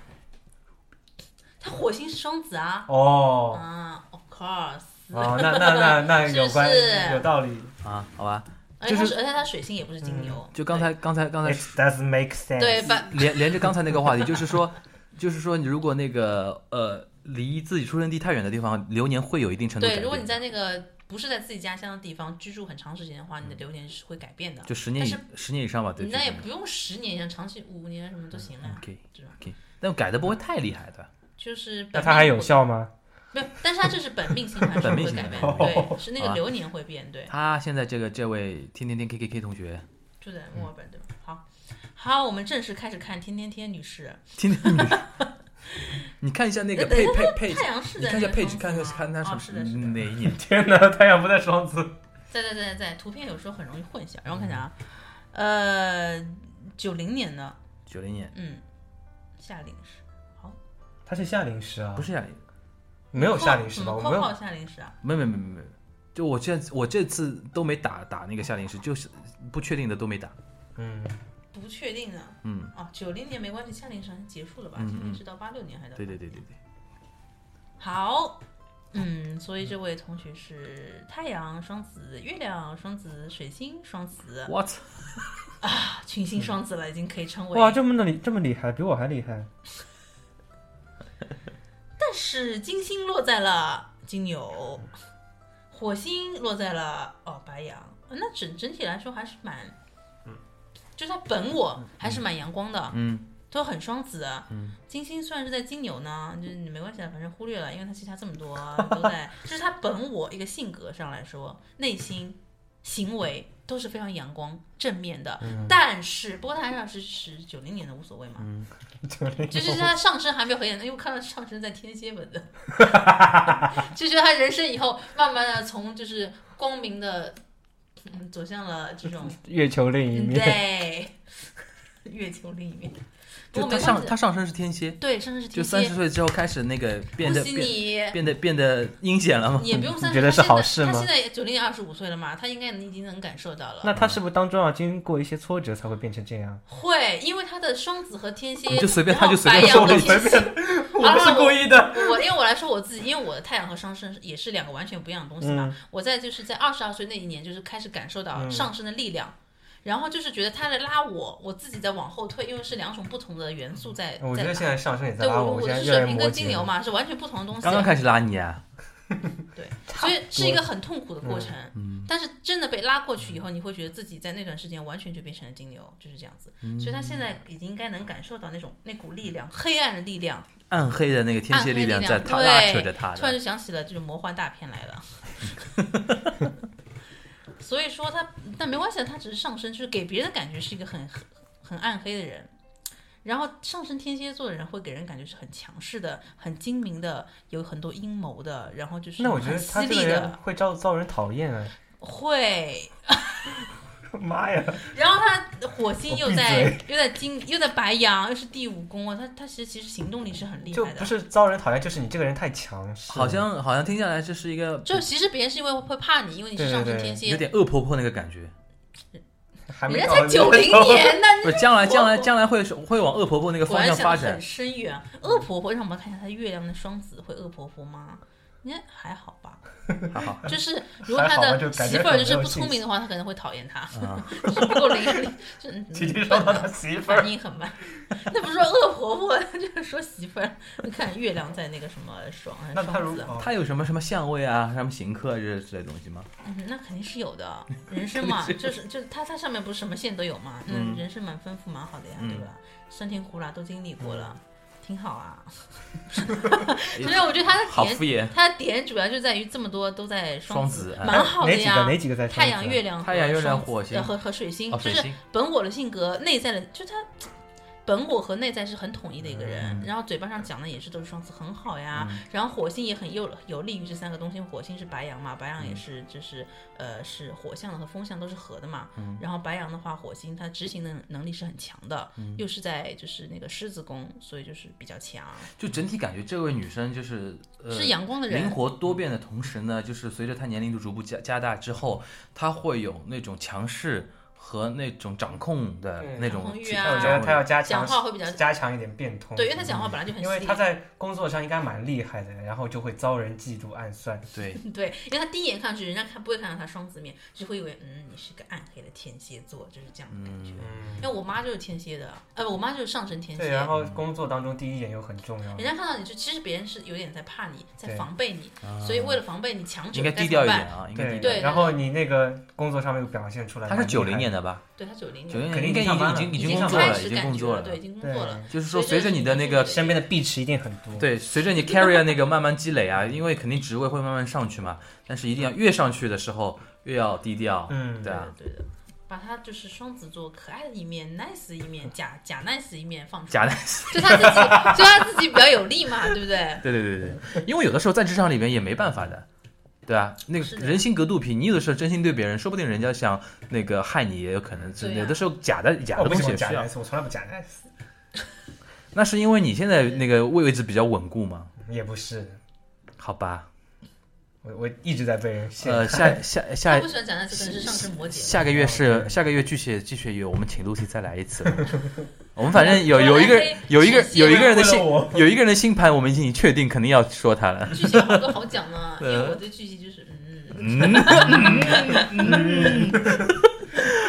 Speaker 4: 他火星是双子啊。
Speaker 2: 哦，
Speaker 4: 啊，of course。
Speaker 2: 哦，那那 那那
Speaker 4: 是不
Speaker 2: 有关
Speaker 4: 嗯是
Speaker 2: 有道理
Speaker 5: 啊，好吧，
Speaker 4: 而哎且他
Speaker 5: 就是嗯
Speaker 4: 而且他水星也不是金牛，
Speaker 5: 就刚才刚才刚才
Speaker 2: ，It does make sense。
Speaker 4: 对，把
Speaker 5: 连连着刚才那个话题，就是说，就是说，你如果那个呃离自己出生地太远的地方，流年会有一定程度改
Speaker 4: 对，
Speaker 5: 变。
Speaker 4: 如果你在那个不是在自己家乡的地方居住很长时间的话，你的流年是会改变的。
Speaker 5: 嗯就十年以
Speaker 4: 但
Speaker 5: 十年以上吧，对。
Speaker 4: 你那也
Speaker 5: 就是嗯
Speaker 4: 不用十年，像长期五年什么都行了呀，
Speaker 5: OK
Speaker 4: 对吧
Speaker 5: OK，但改的不会太厉害的。
Speaker 4: 就是本
Speaker 2: 那
Speaker 4: 命
Speaker 2: 她还有
Speaker 4: 会
Speaker 2: 效吗？
Speaker 4: 没有？但是它这是本命星盘是
Speaker 5: 本命
Speaker 4: 会
Speaker 5: 星
Speaker 4: 改变
Speaker 5: 盘哦
Speaker 4: 的，对，是那
Speaker 5: 好啊
Speaker 4: 个
Speaker 5: 吧
Speaker 4: 流年会变，对，
Speaker 5: 他现在这个这位天天天 K K K 同学，
Speaker 4: 就在墨尔本，对吧？好，好，我们正式开始看天天天女士，
Speaker 5: 天天女，你看一下那
Speaker 4: 呃
Speaker 5: 个配配配，
Speaker 4: 太阳是
Speaker 5: 你
Speaker 4: 在
Speaker 5: 看一
Speaker 4: 那
Speaker 5: 下
Speaker 4: 个
Speaker 5: 配
Speaker 4: 双
Speaker 5: 置，
Speaker 4: 子
Speaker 5: 看看
Speaker 4: 吗
Speaker 5: 看他
Speaker 4: 哦
Speaker 5: 什
Speaker 4: 是
Speaker 5: 么嗯
Speaker 4: 的，是的。
Speaker 5: 哪一年。
Speaker 2: 天哪，太阳不在双子，
Speaker 4: 在在在在，图片有时候很容易混淆，让我看
Speaker 5: 嗯
Speaker 4: 看啊，呃，九零年的，
Speaker 5: 九零年，
Speaker 4: 嗯，夏令时，
Speaker 2: 她是夏令时啊，
Speaker 5: 不是呀，
Speaker 2: 没有夏令时
Speaker 4: 什
Speaker 2: 吧？
Speaker 4: 么
Speaker 2: 我
Speaker 4: 括
Speaker 2: 没有
Speaker 4: 嗯号夏令时啊？
Speaker 5: 没没没没没，就我这我这次都没打打那个夏令时，就是不确定的都没打。
Speaker 2: 嗯，
Speaker 4: 不确定啊。
Speaker 5: 嗯，
Speaker 4: 哦，九零年没关系，夏令时好像结束了吧？
Speaker 5: 嗯嗯
Speaker 4: 夏令时到八六年还是到？
Speaker 5: 对对对对对。
Speaker 4: 好，嗯，所以这位同学是太阳双子、月亮双子、水星双子，
Speaker 5: 我操！
Speaker 4: 啊群星双子了，已经可以称为。
Speaker 2: 哇，这么的厉这么厉害，比我还厉害。
Speaker 4: 但是金星落在了金牛，火星落在了哦白羊，呃那整整体来说还是蛮，就他本我还是蛮阳光的，
Speaker 5: 嗯，
Speaker 4: 都很双子。嗯，金星虽然是在金牛呢，就是你没关系的，啊反正忽略了，因为他其他这么多都在， 就是他本我一个性格上来说，内心行为都是非常阳光正面的。但是，不过他还想是十九零年的无所谓嘛，就是他上升还没有合眼，因为我看到上升在天蝎本的， 就觉得他人生以后慢慢的从就是光明的，嗯，走向了这种
Speaker 2: 月球另一
Speaker 4: 嗯
Speaker 2: 面，
Speaker 4: 对月球另一面。不
Speaker 5: 就
Speaker 4: 过
Speaker 5: 他
Speaker 4: 没
Speaker 5: 上
Speaker 4: 关
Speaker 5: 他
Speaker 4: 系，
Speaker 5: 上身是天蝎，
Speaker 4: 对上升是
Speaker 5: 就
Speaker 4: 天
Speaker 5: 三十
Speaker 4: 蝎，
Speaker 5: 岁之后开始那个变得
Speaker 4: 恭喜
Speaker 5: 变
Speaker 4: 你。
Speaker 5: 变得变得阴险了 吗？
Speaker 4: 你也不用三
Speaker 2: 你
Speaker 4: 十，
Speaker 2: 觉得是好事吗
Speaker 4: 他现在九零年二十五岁了嘛，他应该已经能感受到了。
Speaker 2: 那他是不是当中要经过一些挫折才会变成这样？
Speaker 4: 会，因为他的双子和天蝎，
Speaker 5: 你就随便他就随
Speaker 4: 然
Speaker 5: 便
Speaker 4: 后白羊
Speaker 5: 说
Speaker 4: 和
Speaker 5: 了
Speaker 4: 天蝎，
Speaker 5: 我不是故意的。
Speaker 4: 我因为我来说我自己，因为我的太阳和上升也是两个完全不一样的东西嘛。
Speaker 2: 嗯
Speaker 4: 我在就是在二十二岁那一年，就是开始感受到上升的力量，然后就是觉得他在拉我，我自己在往后退，因为是两种不同的元素在
Speaker 2: 嗯我觉
Speaker 4: 在
Speaker 2: 得
Speaker 4: 拉。
Speaker 2: 现在上升也在
Speaker 4: 对，
Speaker 2: 拉我，
Speaker 4: 我
Speaker 2: 我现在
Speaker 4: 是
Speaker 2: 越来
Speaker 4: 水
Speaker 2: 越
Speaker 4: 瓶
Speaker 2: 摩
Speaker 4: 跟金牛
Speaker 2: 羯。
Speaker 4: 嘛，是完全不同的东西。
Speaker 5: 刚刚开始拉你啊，
Speaker 4: 对，所以是一个很痛苦的过程。
Speaker 2: 嗯
Speaker 4: 但是真的被拉过去以后，你会觉得自己在那段时间完全就变成了金牛，就是这样子。
Speaker 5: 嗯
Speaker 4: 所以他现在已经应该能感受到那种那股力量，黑暗的力量，
Speaker 5: 暗黑的那个天
Speaker 4: 暗
Speaker 5: 蝎
Speaker 4: 黑
Speaker 5: 力量
Speaker 4: 量
Speaker 5: 在他
Speaker 4: 对
Speaker 5: 拉扯着他
Speaker 4: 突然
Speaker 5: 的。
Speaker 4: 就想起了这种魔幻大片来了。 所以说他，但没关系，啊他只是上升，就是给别人的感觉是一个很很很暗黑的人。然后上升天蝎座的人会给人感觉是很强势的、很精明的，有很多阴谋的，然后就是
Speaker 2: 那我觉得
Speaker 4: 很
Speaker 2: 他
Speaker 4: 犀
Speaker 2: 这个
Speaker 4: 利
Speaker 2: 人
Speaker 4: 的，
Speaker 2: 会遭遭人讨厌啊！
Speaker 4: 会
Speaker 2: 妈呀，
Speaker 4: 然后他火
Speaker 2: 哦
Speaker 4: 星又
Speaker 2: 我
Speaker 4: 在又在金又在白羊，又是第五宫啊，他他其实其实行动力是很厉
Speaker 2: 就
Speaker 4: 害
Speaker 2: 不
Speaker 4: 的。
Speaker 2: 是遭人讨厌，就是你这个人太强势了，
Speaker 5: 好像好像听下来这是一个
Speaker 4: 就其实别人是因为会怕你，因为你是
Speaker 2: 对
Speaker 4: 上升
Speaker 2: 对
Speaker 4: 天蝎
Speaker 5: 有，点恶婆婆那个感觉，
Speaker 2: 还没
Speaker 4: 人家
Speaker 2: 到
Speaker 4: 才九零 年呢，
Speaker 5: 不是将来将来将来会会往恶婆婆那个
Speaker 4: 果
Speaker 5: 方
Speaker 4: 然
Speaker 5: 向
Speaker 4: 想
Speaker 5: 发
Speaker 4: 的
Speaker 5: 展
Speaker 4: 很。深远。恶婆婆，让我们看一下她月亮的双子会恶婆婆吗？应该还好 吧。
Speaker 5: 还好，
Speaker 4: 就是如果他
Speaker 2: 还好吧就
Speaker 4: 的
Speaker 2: 感
Speaker 4: 媳
Speaker 2: 觉
Speaker 4: 妇儿
Speaker 2: 很
Speaker 4: 就是
Speaker 2: 没有
Speaker 4: 不
Speaker 2: 信
Speaker 4: 聪明
Speaker 2: 心
Speaker 4: 的话，他可能会讨厌他，
Speaker 5: 嗯
Speaker 4: 就是不够伶俐， 就是嗯
Speaker 2: 直接
Speaker 4: 笨
Speaker 2: 说到
Speaker 4: 啊
Speaker 2: 他媳妇儿
Speaker 4: 反。应很慢。 那不是说恶婆婆， 就是说媳妇儿。你看月亮在那个什么双
Speaker 2: 那他
Speaker 4: 双
Speaker 2: 如
Speaker 4: 子，啊
Speaker 2: 果
Speaker 5: 他有什么什么相位啊，什么行客这之类的东西吗？
Speaker 4: 嗯，那肯定是 有的。人生嘛，就是就是它它上面不是什么线都有嘛，嗯，人生蛮丰富蛮好的呀，
Speaker 5: 嗯
Speaker 4: 对吧？酸甜苦辣都经历过了，挺好啊。所以我觉得它的
Speaker 5: 哎好
Speaker 4: 点
Speaker 5: 敷衍。
Speaker 4: 它的点主要就在于这么多都在
Speaker 5: 双
Speaker 4: 子
Speaker 5: 子，哎
Speaker 4: 蛮好的
Speaker 2: 哪几个
Speaker 4: 呀
Speaker 2: 哪。几个在
Speaker 4: 太阳、月
Speaker 2: 亮？
Speaker 4: 亮、
Speaker 5: 太阳月亮
Speaker 4: 和双子
Speaker 5: 火星
Speaker 4: 呃和和水星，
Speaker 5: 哦，
Speaker 4: 就
Speaker 5: 水
Speaker 4: 是
Speaker 5: 星，
Speaker 4: 本我的性格，内在的，就他本我和内在是很统一的一个
Speaker 2: 嗯
Speaker 4: 人，然后嘴巴上讲的也是都是双子很好呀，然后火星也很有有利于这三个东西，火星是白羊嘛，白羊
Speaker 2: 嗯
Speaker 4: 也是就是、呃是火象的和风象都是合的嘛，
Speaker 2: 嗯
Speaker 4: 然后白羊的话，火星它执行的能力是很强的，
Speaker 2: 嗯
Speaker 4: 又是在就是那个狮子宫，所以就是比较强，
Speaker 5: 就整体感觉这位女生就是呃
Speaker 4: 是阳光的
Speaker 5: 灵
Speaker 4: 人，
Speaker 5: 活多变的同时呢，就是随着她年龄的逐步加加大之后，她会有那种强势和那种掌控的
Speaker 2: 对
Speaker 5: 那种
Speaker 4: 掌控欲
Speaker 5: 去。
Speaker 2: 那
Speaker 4: 啊
Speaker 2: 我觉得他要加
Speaker 4: 讲
Speaker 2: 强
Speaker 4: 话会比较
Speaker 2: 加强一点变通。
Speaker 4: 对，因为他讲话本来就很
Speaker 2: 因为
Speaker 4: 犀利
Speaker 2: 他。在工作上应该蛮厉害的，然后就会遭人嫉妒暗算。
Speaker 5: 对，
Speaker 4: 对，因为他第一眼看上去，人家看不会看到他双子面，就会以为嗯，你是个暗黑的天蝎座，就是这样的感
Speaker 2: 嗯
Speaker 4: 觉。因为我妈就是天蝎的，呃，我妈就是上升天蝎，
Speaker 2: 对，啊然后工作当中第一眼又很重要
Speaker 4: 人。家看到你就其实别人是有点在怕你，在
Speaker 2: 对
Speaker 4: 防备你，所以为了防备你强
Speaker 5: 啊
Speaker 4: 者
Speaker 5: 应该
Speaker 4: 该
Speaker 5: 低
Speaker 4: 怎么
Speaker 5: 调一点
Speaker 4: 办？
Speaker 5: 啊，应该低
Speaker 2: 对
Speaker 5: 调。
Speaker 4: 对
Speaker 2: 然后你那个工作上面又表现出来。
Speaker 5: 她是九零年的吧？
Speaker 4: 对他九零
Speaker 5: 九
Speaker 4: 年
Speaker 5: 零
Speaker 2: 肯
Speaker 5: 年应该
Speaker 2: 定
Speaker 5: 已
Speaker 2: 上班
Speaker 5: 经已
Speaker 2: 了
Speaker 5: 经已
Speaker 2: 已
Speaker 5: 经
Speaker 2: 经
Speaker 5: 工
Speaker 2: 上
Speaker 5: 作
Speaker 2: 班
Speaker 4: 开
Speaker 5: 了，
Speaker 4: 始
Speaker 5: 已经
Speaker 4: 感
Speaker 5: 工
Speaker 4: 觉
Speaker 5: 作
Speaker 4: 了，
Speaker 5: 了
Speaker 4: 对，。已经工
Speaker 2: 对
Speaker 4: 作了。
Speaker 5: 就是说，
Speaker 4: 所
Speaker 5: 随
Speaker 4: 以
Speaker 5: 着
Speaker 4: 这
Speaker 5: 你的
Speaker 4: 是
Speaker 5: 那
Speaker 4: 一
Speaker 5: 个
Speaker 4: 个
Speaker 2: 身边的壁纸一定很多。
Speaker 5: 对，随 着你 carrier 那个慢慢积累啊，因为肯定职位会慢慢上去嘛，但是一定要越上去的时候越要低调。
Speaker 2: 嗯
Speaker 5: 对
Speaker 4: 对
Speaker 5: 啊
Speaker 4: 的，对的，把他就是双子座可爱的一面、nice 的一面、假假 nice 的一面放出
Speaker 5: 假
Speaker 4: 来，
Speaker 5: 的，
Speaker 4: 就他自己，就他自己比较有利嘛，对不对？
Speaker 5: 对对对对，因为有的时候在职场里面也没办法的，对啊，那个
Speaker 4: 是的
Speaker 5: 人心隔肚皮，你有的时候真心对别人，说不定人家想那个害你也有可能，
Speaker 4: 对啊
Speaker 5: 有的时候假 的假
Speaker 2: 哦我
Speaker 5: 的
Speaker 2: 不
Speaker 5: 东
Speaker 2: 喜
Speaker 5: 西
Speaker 2: 欢
Speaker 5: 也
Speaker 2: 假
Speaker 5: 需要。
Speaker 2: nice，我从来不假哎 nice，
Speaker 5: 那是因为你现在那个位置比较稳固嘛？
Speaker 2: 也不是，
Speaker 5: 好吧，
Speaker 2: 我我一直在被人陷害。
Speaker 5: 呃，下下
Speaker 4: 他
Speaker 5: 下
Speaker 4: 不喜欢假 nice，可能是上升摩羯。
Speaker 5: 下个月是下个月巨蟹巨蟹月，我们请 Lucy 再来一次。 我们反正有有一个人有一个有一个人的星
Speaker 2: 为了我
Speaker 5: 有一个人的星盘，我们已经确定肯定要说他了。
Speaker 4: 巨蟹好多好讲呢，因
Speaker 5: 对
Speaker 4: 为我对巨蟹就是嗯嗯
Speaker 5: 嗯，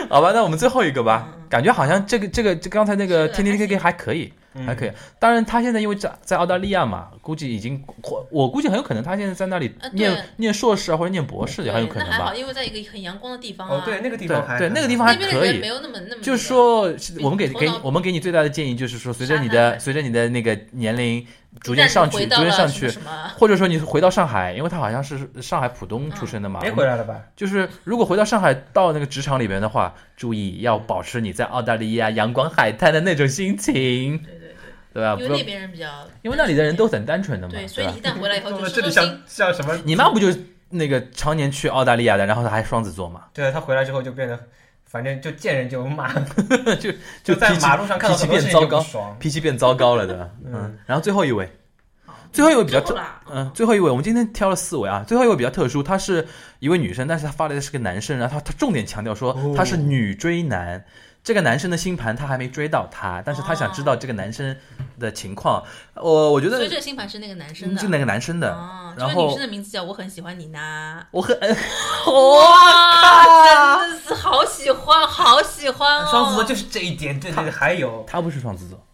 Speaker 5: 好吧，那我们最后一个吧
Speaker 4: 嗯嗯。
Speaker 5: 感觉好像这个这个这刚才那个
Speaker 4: 是的
Speaker 5: 天天 K K
Speaker 4: 还行
Speaker 5: 还可以，
Speaker 2: 嗯
Speaker 5: 还可以。当然，他现在因为在在澳大利亚嘛，估计已经我我估计很有可能他现在在那里
Speaker 4: 啊对
Speaker 5: 念念硕士啊，或者念博士也很有可
Speaker 4: 对
Speaker 5: 能
Speaker 4: 那还
Speaker 5: 吧
Speaker 4: 好，。因为在一个很阳光的地方啊。
Speaker 2: 哦，对，，那个地
Speaker 5: 对
Speaker 2: 方还
Speaker 5: 对，那个地方还
Speaker 4: 那边的
Speaker 5: 可
Speaker 4: 人
Speaker 5: 以
Speaker 4: 没。有那么那么。
Speaker 5: 就是，说，我们给
Speaker 4: 头
Speaker 5: 给
Speaker 4: 脑
Speaker 5: 我们给你最大的建议就是说，随着你
Speaker 4: 沙
Speaker 5: 的
Speaker 4: 滩
Speaker 5: 随着你的那个年龄逐渐上去，
Speaker 4: 回
Speaker 5: 逐
Speaker 4: 到
Speaker 5: 渐
Speaker 4: 了
Speaker 5: 上去，
Speaker 4: 什么什么？
Speaker 5: 或者说你回到上海，因为他好像是上海浦东出生的嘛。
Speaker 2: 别回来了吧？
Speaker 5: 就是如果回到上海到那个职场里边的话，注意要保持你在澳大利亚阳光海滩的那种心情，
Speaker 4: 对对对，
Speaker 5: 对啊吧？不
Speaker 4: 因
Speaker 5: 要
Speaker 4: 为那边人比较，
Speaker 5: 因为那里的人都很单纯的嘛，
Speaker 4: 对，所
Speaker 5: 对
Speaker 4: 以
Speaker 5: 吧
Speaker 4: 你一？旦回来以后
Speaker 2: 我
Speaker 4: 就
Speaker 2: 们
Speaker 4: 收
Speaker 2: 这
Speaker 4: 收
Speaker 2: 里
Speaker 4: 心。
Speaker 2: 像像什么？
Speaker 5: 你妈不就是那个常年去澳大利亚的，然后她还双子座嘛，
Speaker 2: 对他回来之后就变得，反正就见人就骂，
Speaker 5: 就
Speaker 2: 在
Speaker 5: 脾气
Speaker 2: 马路上看
Speaker 5: 脾气
Speaker 2: 到很多
Speaker 5: 变
Speaker 2: 事情
Speaker 5: 糟
Speaker 2: 就不
Speaker 5: 糕，
Speaker 2: 爽。
Speaker 5: 脾气变糟糕了的。嗯
Speaker 2: 嗯，
Speaker 5: 然后最后一位， 最后一位比较
Speaker 4: 够
Speaker 5: 特，
Speaker 4: 了，
Speaker 5: 嗯，最后一位我们今天挑了四位啊，最后一位比较特殊，她是一位女生，但是她发来的是个男生，然后她她重点强调说
Speaker 2: 哦
Speaker 5: 她是女追男。这个男生的星盘她还没追到他，但是她想知道这个男生的情况。我、我觉得
Speaker 4: 所以这个星盘是那个男生的，
Speaker 5: 就那个男生的，
Speaker 4: 哦，这
Speaker 5: 然
Speaker 4: 个
Speaker 5: 后
Speaker 4: 女生的名字叫我很喜欢你呢。
Speaker 5: 我很、哎
Speaker 4: 哇，真的是好喜欢，好喜欢
Speaker 5: 哎
Speaker 4: 哦！
Speaker 2: 双子座就是这一点，对对对，还有
Speaker 5: 他不是双子座，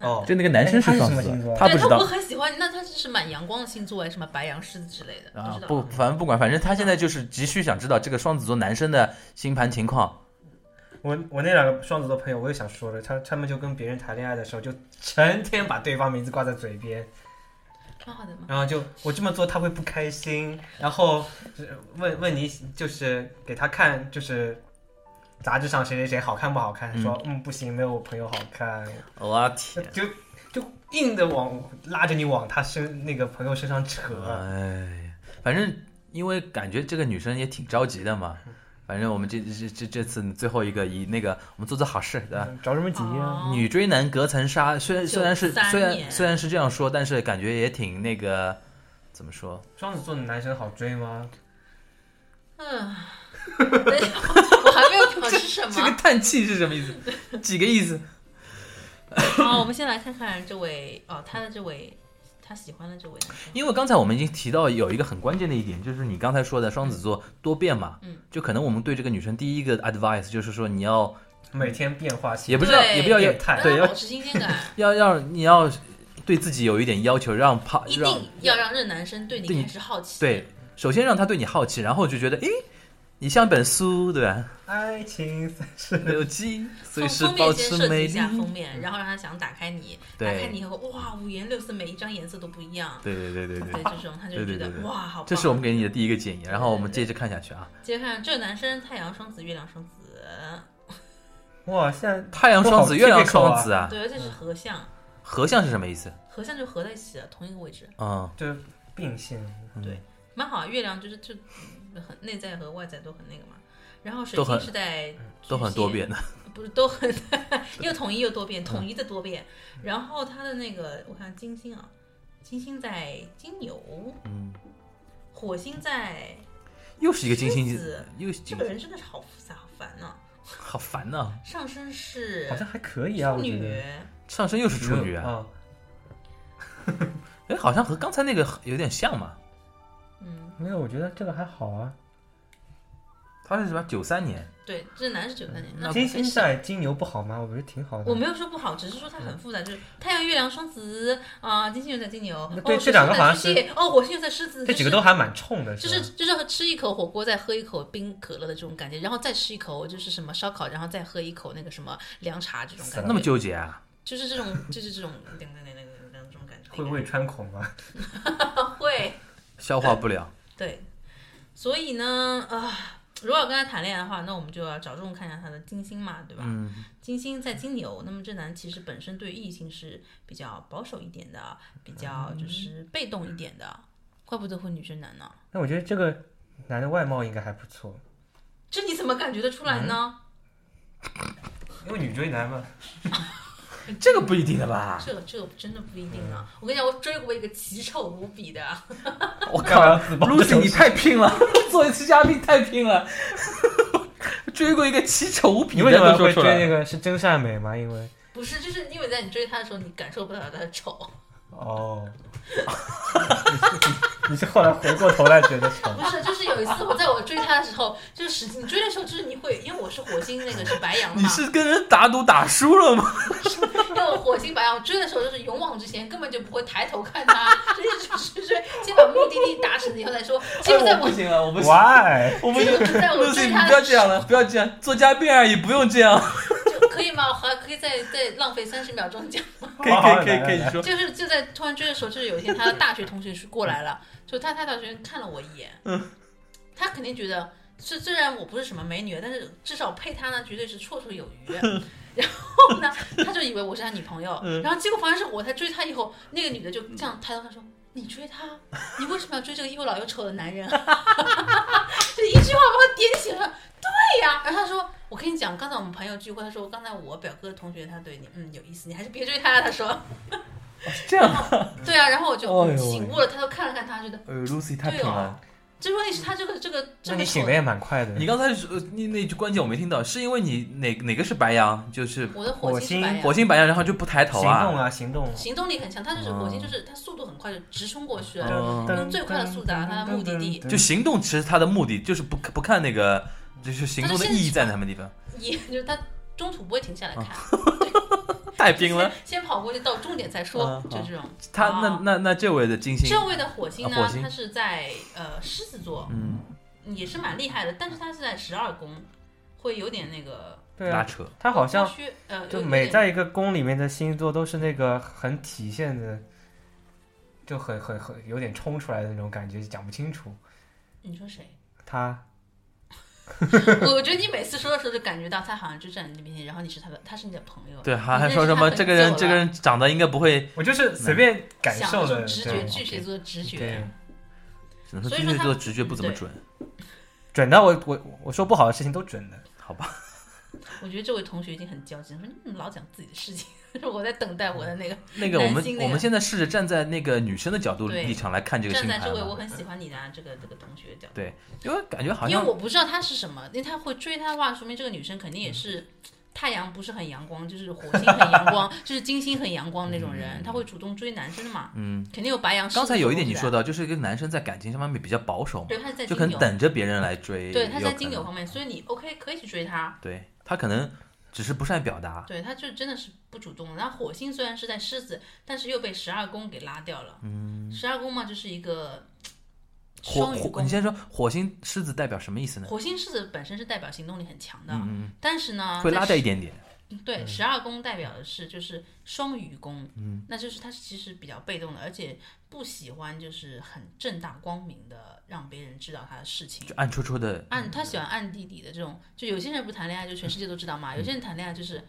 Speaker 2: 哦，
Speaker 5: 就那个男生是双子
Speaker 2: 哎他是什么星
Speaker 5: 座，
Speaker 2: 座
Speaker 5: 他不
Speaker 4: 对
Speaker 5: 知
Speaker 4: 他
Speaker 5: 道
Speaker 4: 我很喜欢你，那他就是蛮阳光的星座哎，什么白羊、狮子之类的，
Speaker 5: 啊
Speaker 4: 知，道
Speaker 5: 不，反正不管，反正他现在就是急需想知道这个双子座男生的星盘情况。
Speaker 2: 我我那两个双子座朋友，我也想说了，他他们就跟别人谈恋爱的时候，就成天把对方名字挂在嘴边，
Speaker 4: 蛮好的嘛。
Speaker 2: 然后就我这么做他会不开心，然后呃问问你就是给他看就是杂志上谁谁谁好看不好看，他说嗯不行，没有我朋友好看，
Speaker 5: 我天，
Speaker 2: 就就硬的往拉着你往他身那个朋友身上扯，啊
Speaker 5: 哎，反正因为感觉这个女生也挺着急的嘛。反正我们这这这这次最后一个以那个我们做做好事，对吧？
Speaker 2: 着什么急啊呀？
Speaker 4: 哦
Speaker 5: 女追男隔层纱，虽然虽然是
Speaker 4: 93
Speaker 5: 虽然
Speaker 4: 年
Speaker 5: 虽然是这样说，但是感觉也挺那个，怎么说？
Speaker 2: 双子座的男生好追吗？
Speaker 4: 嗯， 等一下我还没有表示什
Speaker 5: 这个
Speaker 4: 么。
Speaker 5: 叹气是什么意思？几个意思？
Speaker 4: 好，我们先来看看这位哦，他的这位他喜欢的这位男生，
Speaker 5: 因为刚才我们已经提到有一个很关键的一点，就是你刚才说的双子座多变嘛，
Speaker 4: 嗯，
Speaker 5: 就可能我们对这个女生第一个 advice 就是说你要
Speaker 2: 每天变
Speaker 5: 也
Speaker 2: 化型，
Speaker 5: 不是要
Speaker 4: 对
Speaker 5: 也不要
Speaker 2: 变
Speaker 5: 要
Speaker 2: 态
Speaker 5: 对
Speaker 4: 让
Speaker 5: 要
Speaker 4: 他保持新鲜感，
Speaker 5: 要要你要对自己有一点要求，让怕
Speaker 4: 一
Speaker 5: 让
Speaker 4: 定要让这男生对
Speaker 5: 对
Speaker 4: 你
Speaker 5: 你
Speaker 4: 开始好奇。
Speaker 5: 对，首先让他对你好奇，然后就觉得诶，你像本书对 吧？
Speaker 2: 爱情三十
Speaker 5: 有机随
Speaker 4: 从
Speaker 5: 时
Speaker 4: 封
Speaker 5: 保
Speaker 4: 面先
Speaker 5: 持
Speaker 4: 设计
Speaker 5: 美
Speaker 4: 一
Speaker 5: 丽
Speaker 4: 下，封面，然后让他想打开你，打
Speaker 5: 对
Speaker 4: 开你以后，哇，五颜六色，每一张颜色都不一样。
Speaker 5: 对对对对对
Speaker 4: 对，这种他就
Speaker 5: 对对
Speaker 4: 觉得
Speaker 5: 对对
Speaker 4: 哇，好棒！
Speaker 5: 这是我们给你的第一个建议，然后我们接着看下去啊。
Speaker 4: 接着看这个男生，太阳双子，月亮双子，
Speaker 2: 哇，现在
Speaker 5: 太阳双子、
Speaker 2: 不好
Speaker 5: 月亮
Speaker 2: 贴口啊
Speaker 5: 双子啊，
Speaker 4: 对，而且是合相，
Speaker 5: 合相是什么意思？
Speaker 4: 合相就合在一起了，同一个位置，
Speaker 5: 嗯，
Speaker 2: 就是并线，
Speaker 4: 蛮好啊。月亮就是就嗯很内在和外在都很那个嘛。然后水
Speaker 5: 都很
Speaker 4: 星是在
Speaker 5: 都很多
Speaker 4: 巨蟹，
Speaker 5: 变的。
Speaker 4: 不是都很 又统一又多
Speaker 2: 嗯
Speaker 4: 变，统一的多变。然后他的那个，我看金星啊，金星在金牛，
Speaker 5: 嗯，
Speaker 4: 火星在，
Speaker 5: 又是一个金星
Speaker 4: 狮子，
Speaker 5: 又是
Speaker 4: 这个人真的是好复杂，好烦呐、
Speaker 5: 好烦呐、
Speaker 4: 上升是
Speaker 2: 好像还可以啊，
Speaker 4: 处
Speaker 2: 我觉
Speaker 4: 女，
Speaker 2: 得。
Speaker 5: 上身又是处女啊，
Speaker 2: 嗯
Speaker 5: 哎、好像和刚才那个有点像嘛。
Speaker 4: 嗯，
Speaker 2: 没有，我觉得这个还好啊。
Speaker 5: 他是什么？九三年，
Speaker 4: 对，这男是九三年，那
Speaker 2: 嗯金
Speaker 4: 我
Speaker 2: 星
Speaker 4: 还是
Speaker 2: 在嗯金牛不好吗？我觉得挺好的。
Speaker 4: 我没有说不好，只是说它很复杂，就是太阳、月亮、双子啊、金星又在金牛，
Speaker 2: 对
Speaker 4: 哦，
Speaker 2: 这两个好像
Speaker 4: 水星又在巨蟹哦，火星又在狮子，
Speaker 2: 这几个都还蛮冲的，
Speaker 4: 就是
Speaker 2: 吧
Speaker 4: 是就是就是吃一口火锅，再喝一口冰可乐的这种感觉，然后再吃一口就是什么烧烤，然后再喝一口那个什么凉茶这种感觉，
Speaker 5: 那么纠结啊？
Speaker 4: 就是这种就是这种噔噔噔噔噔噔这种感觉，
Speaker 2: 会胃穿孔啊吗？
Speaker 4: 会
Speaker 5: 消化不了。
Speaker 4: 对，所以呢啊。如果要跟他谈恋爱的话，那我们就要着重看一下他的金星嘛，对吧？
Speaker 5: 嗯，
Speaker 4: 金星在金牛，那么这男其实本身对异性是比较保守一点的，比较就是被动一点的，怪不得会女生男呢。
Speaker 2: 那我觉得这个男的外貌应该还不错，
Speaker 4: 这你怎么感觉得出来呢？
Speaker 2: 因为女追男嘛。
Speaker 5: 这个不一定的吧？
Speaker 4: 这这个真的不一定
Speaker 5: 嗯
Speaker 4: 啊！我跟你讲，我追过一个奇丑无比的，啊
Speaker 5: 我
Speaker 2: 干嘛要自爆
Speaker 5: ，Lucy 你太拼了，做一次嘉宾太拼了。追过一个奇丑无比
Speaker 2: 你
Speaker 5: 的，
Speaker 2: 为什么
Speaker 5: 都说
Speaker 2: 会
Speaker 5: 出
Speaker 2: 追
Speaker 5: 来
Speaker 2: 那个是真善美吗？因为
Speaker 4: 不是，就是因为在你追他的时候，你感受不到他的丑，
Speaker 2: 哦，你是后来回过头来觉得丑。
Speaker 4: 不是，就是有一次我在我追他的时候，就是实际你追的时候，就是你会，因为我是火星，那个是白羊嘛，
Speaker 5: 你是跟人打赌打输了吗？
Speaker 4: 因为我种火星白羊追的时候，就是勇往直前，根本就不会抬头看它，追追追追，先把目的地达成以后再说。结果在
Speaker 5: 哎我不行啊，我 不行，
Speaker 2: Why？
Speaker 5: 我不行。
Speaker 4: 结果在我
Speaker 5: Lucy，
Speaker 4: 追
Speaker 5: 你
Speaker 4: 它
Speaker 5: 不要
Speaker 4: 的
Speaker 5: 这样了，不要这样，做嘉宾而已，不用这样。
Speaker 4: 就可以吗？我还可以再再浪费三十秒钟讲。
Speaker 5: 可以 可以可以可以你说，
Speaker 4: 就是就在突然追的时候，就是有一天他的大学同学是过来了，就他他大学看了我一眼，他肯定觉得虽虽然我不是什么美女，但是至少配他呢绝对是绰绰有 余。然后呢，他就以为我是他女朋友，
Speaker 5: 嗯
Speaker 4: 然后结果发现是我。他追他以后，那个女的就这样抬头看说：“你追他，你为什么要追这个又老又丑的男人？” 就一句话把我点醒了。对呀，然后他说：“我跟你讲，刚才我们朋友聚会，他说刚才我表哥的同学他对你嗯有意思，你还是别追他了。”他说。
Speaker 5: 哦这样，
Speaker 4: 对啊，然后我就
Speaker 5: 哎呦喂
Speaker 4: 醒悟了，他都看了看他，觉得
Speaker 5: 呃，Lucy 太
Speaker 4: 对
Speaker 5: 拼了
Speaker 4: 哦。这问题是他这个这个
Speaker 2: 那
Speaker 4: 这个
Speaker 2: 你
Speaker 4: 丑
Speaker 2: 醒的也蛮快的。
Speaker 5: 你刚才说你那句关键我没听到，是因为你哪哪个是白羊，就是
Speaker 4: 我的火星是白
Speaker 5: 火
Speaker 4: 羊，
Speaker 5: 星白羊，然后就不抬头
Speaker 2: 行
Speaker 5: 啊？
Speaker 2: 动啊，行动！
Speaker 4: 行动力很强，他就是
Speaker 5: 哦
Speaker 4: 火星，就是他速度很快就直冲过去了。
Speaker 5: 哦
Speaker 4: 用最快的速度达到他的目的地
Speaker 5: 就行动，其实它的目的就是不不看那个，就是行动的意义在什么地方。
Speaker 4: 也就是他中途不会停下来看，
Speaker 5: 太拼哦了，
Speaker 4: 先跑过去到终点再说，
Speaker 5: 嗯
Speaker 4: 就这种。
Speaker 5: 他
Speaker 4: 啊
Speaker 5: 那那那这位的金星，
Speaker 4: 这位的火星
Speaker 5: 啊火
Speaker 4: 呢，
Speaker 5: 星
Speaker 4: 他是在呃狮子座，
Speaker 5: 嗯，
Speaker 4: 也是蛮厉害的，但是他是在十二宫，会有点那个
Speaker 2: 对
Speaker 5: 拉
Speaker 2: 啊，
Speaker 5: 扯，
Speaker 2: 他好像
Speaker 4: 虚呃，
Speaker 2: 就
Speaker 4: 有
Speaker 2: 每
Speaker 4: 点
Speaker 2: 在一个宫里面的星座都是那个很体现的，就很很很有点冲出来的那种感觉，讲不清楚。
Speaker 4: 你说谁？
Speaker 2: 他
Speaker 4: 我觉得你每次说的时候，就感觉到他好像就站在你面前，然后你是他的，他是你的朋友。
Speaker 5: 对，还
Speaker 4: 你
Speaker 5: 还
Speaker 4: 认识
Speaker 5: 说什么
Speaker 4: 他很
Speaker 5: 这个人
Speaker 4: 久
Speaker 5: 这个
Speaker 4: 了
Speaker 5: 人长得应该不会，
Speaker 2: 我就是随便感
Speaker 4: 想
Speaker 2: 受
Speaker 4: 那
Speaker 2: 的，
Speaker 4: 种直觉，
Speaker 2: 对
Speaker 4: 巨蟹座的直
Speaker 2: 对
Speaker 4: 觉。
Speaker 5: 只能说
Speaker 4: 所以
Speaker 5: 金
Speaker 4: 说
Speaker 5: 牛
Speaker 4: 他
Speaker 5: 座直觉不怎么
Speaker 4: 对
Speaker 5: 准，
Speaker 2: 准的我我我说不好的事情都准的。
Speaker 5: 好吧？
Speaker 4: 我觉得这位同学已经很焦急，说你怎么老讲自己的事情？ 说我在等待我的那个
Speaker 5: 那个我
Speaker 4: 男
Speaker 5: 们
Speaker 4: 性那个
Speaker 5: 我们现在试着站在那个女生的角度
Speaker 4: 对
Speaker 5: 立场来看这个
Speaker 4: 站
Speaker 5: 星
Speaker 4: 在
Speaker 5: 盘
Speaker 4: 这位我
Speaker 5: 嘛，
Speaker 4: 很喜欢你的、啊、这个这个同学的角度。
Speaker 5: 对，因为感觉好
Speaker 4: 因为
Speaker 5: 像
Speaker 4: 我不知道他是什么，因为他会追他的话，说明这个女生肯定也是太阳不是很阳光，就是火星很阳光， 就是金星很阳光那种人，他会主动追男生的嘛。
Speaker 5: 嗯，
Speaker 4: 肯定有白羊。
Speaker 5: 刚才有一点你
Speaker 4: 狮子
Speaker 5: 说
Speaker 4: 座
Speaker 5: 到，就是一个男生在感情上面比较保守嘛
Speaker 4: 的，，对，他是在
Speaker 5: 就
Speaker 4: 金
Speaker 5: 可能
Speaker 4: 牛，
Speaker 5: 等着别人来追，
Speaker 4: 对，他是
Speaker 5: 有
Speaker 4: 在
Speaker 5: 可
Speaker 4: 金牛
Speaker 5: 能
Speaker 4: 方面，所以你 OK 可以去追他，
Speaker 5: 对他可能只是不善表达，
Speaker 4: 对，他就真的是不主动。然后火星虽然是在狮子，但是又被十二宫给拉掉了。嗯，十二宫嘛，就是一个
Speaker 5: 火
Speaker 4: 双鱼
Speaker 5: 火，
Speaker 4: 宫
Speaker 5: 你。先说火星狮子代表什么意思呢？
Speaker 4: 火星狮子本身是代表行动力很强的，
Speaker 5: 嗯
Speaker 4: 但是呢，
Speaker 5: 会拉
Speaker 4: 啊在
Speaker 5: 带嗯
Speaker 4: 十
Speaker 5: 一点点，
Speaker 4: 对，十二宫代表的是就是双鱼宫，嗯，那就是他其实比较被动的，而且不喜欢就是很正大光明的让别人知道他的事情
Speaker 5: 就。暗戳戳的，
Speaker 4: 暗他喜欢暗地里的这种，就有些人不谈恋爱就全世界都知道嘛，有些人谈恋爱就是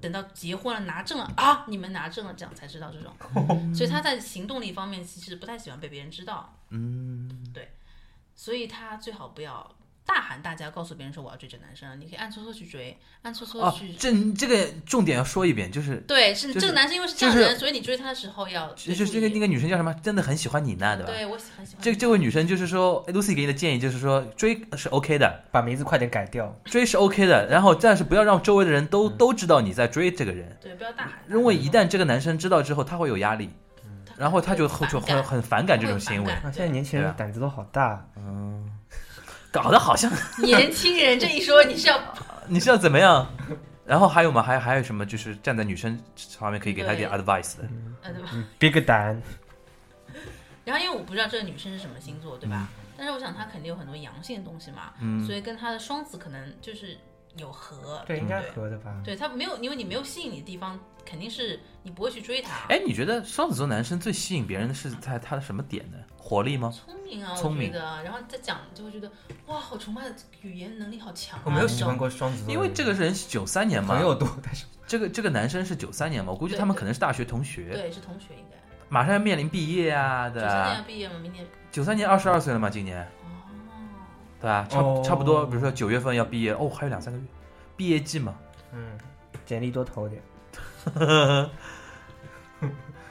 Speaker 4: 等到结婚了拿证了啊，你们拿证了这样才知道 这
Speaker 5: 嗯
Speaker 4: 种，所以他在行动力方面其实不太喜欢被别人知道，嗯，对，所以他最好不要大喊大叫告诉别人说我要追这男生了，你可以暗搓搓去追，暗搓搓
Speaker 5: 哦
Speaker 4: 去，，
Speaker 5: 这这个重点要说一遍，就是
Speaker 4: 对，是、
Speaker 5: 就是
Speaker 4: 这个男生因为是这样的
Speaker 5: 就
Speaker 4: 人，
Speaker 5: 是
Speaker 4: 所以你追他的时候要
Speaker 5: 就就是那个那
Speaker 4: 个，
Speaker 5: 个女生叫什么？真的很喜欢你呢，对吧？
Speaker 4: 对我喜很喜欢
Speaker 5: 这
Speaker 4: 你
Speaker 5: 这位女生就是说哎，Lucy 给你的建议就是说，追呃是 OK 的，
Speaker 2: 把名字快点改掉。
Speaker 5: 追是 OK 的，然后但是不要让周围的人都
Speaker 2: 嗯
Speaker 5: 都知道你在追这个人，
Speaker 4: 对不要大喊大叫，
Speaker 5: 因为一旦这个男生知道之后，他会有压力，然后他就
Speaker 4: 会
Speaker 5: 就
Speaker 4: 反感
Speaker 5: 很很反感这种
Speaker 4: 会反
Speaker 5: 行为，
Speaker 4: 感
Speaker 2: 啊，现在年轻
Speaker 5: 对
Speaker 2: 人
Speaker 5: 啊
Speaker 2: 胆子都好大，
Speaker 5: 搞得好 像
Speaker 4: 年轻人这一说你是要
Speaker 5: 你是要怎么样？然后还有吗？还还有什么？就是站在女生方面可以给她一点
Speaker 4: 对
Speaker 5: advice 的。
Speaker 4: 呃对吧？
Speaker 2: 别个胆。
Speaker 4: 然后因为我不知道这个女生是什么星座，对吧？
Speaker 5: 嗯
Speaker 4: 但是我想她肯定有很多阳性的东西嘛，所以跟她的双子可能就是有合，
Speaker 2: 对，
Speaker 4: 不
Speaker 2: 应该合的吧？
Speaker 4: 对她没有，因为你没有吸引你的地方，肯定是你不会去追她。
Speaker 5: 哎，你觉得双子座男生最吸引别人的是在他的什么点呢？活力吗？
Speaker 4: 聪明啊，
Speaker 5: 聪明
Speaker 4: 我觉得，然后再讲就会觉得哇，好崇拜，语言能力好强、啊。
Speaker 2: 我没有
Speaker 4: 这种
Speaker 2: 喜欢哎过双子座的人，
Speaker 5: 因为这个人是九三年嘛
Speaker 2: 朋，友多，但是
Speaker 5: 这个这个男生是九三年嘛，我估计
Speaker 4: 对
Speaker 5: 他们
Speaker 4: 对
Speaker 5: 可能是大学同学，
Speaker 4: 对，是同学应该。
Speaker 5: 马上要面临毕业啊，对
Speaker 4: 九三年要
Speaker 5: 吧？
Speaker 4: 毕业嘛，明年
Speaker 5: 九三年二十二岁了嘛，今年，
Speaker 4: 哦，
Speaker 5: 对吧？差
Speaker 2: 哦
Speaker 5: 差不多，比如说九月份要毕业，哦，还有两三个月，毕业季嘛，
Speaker 2: 嗯，简历多投点。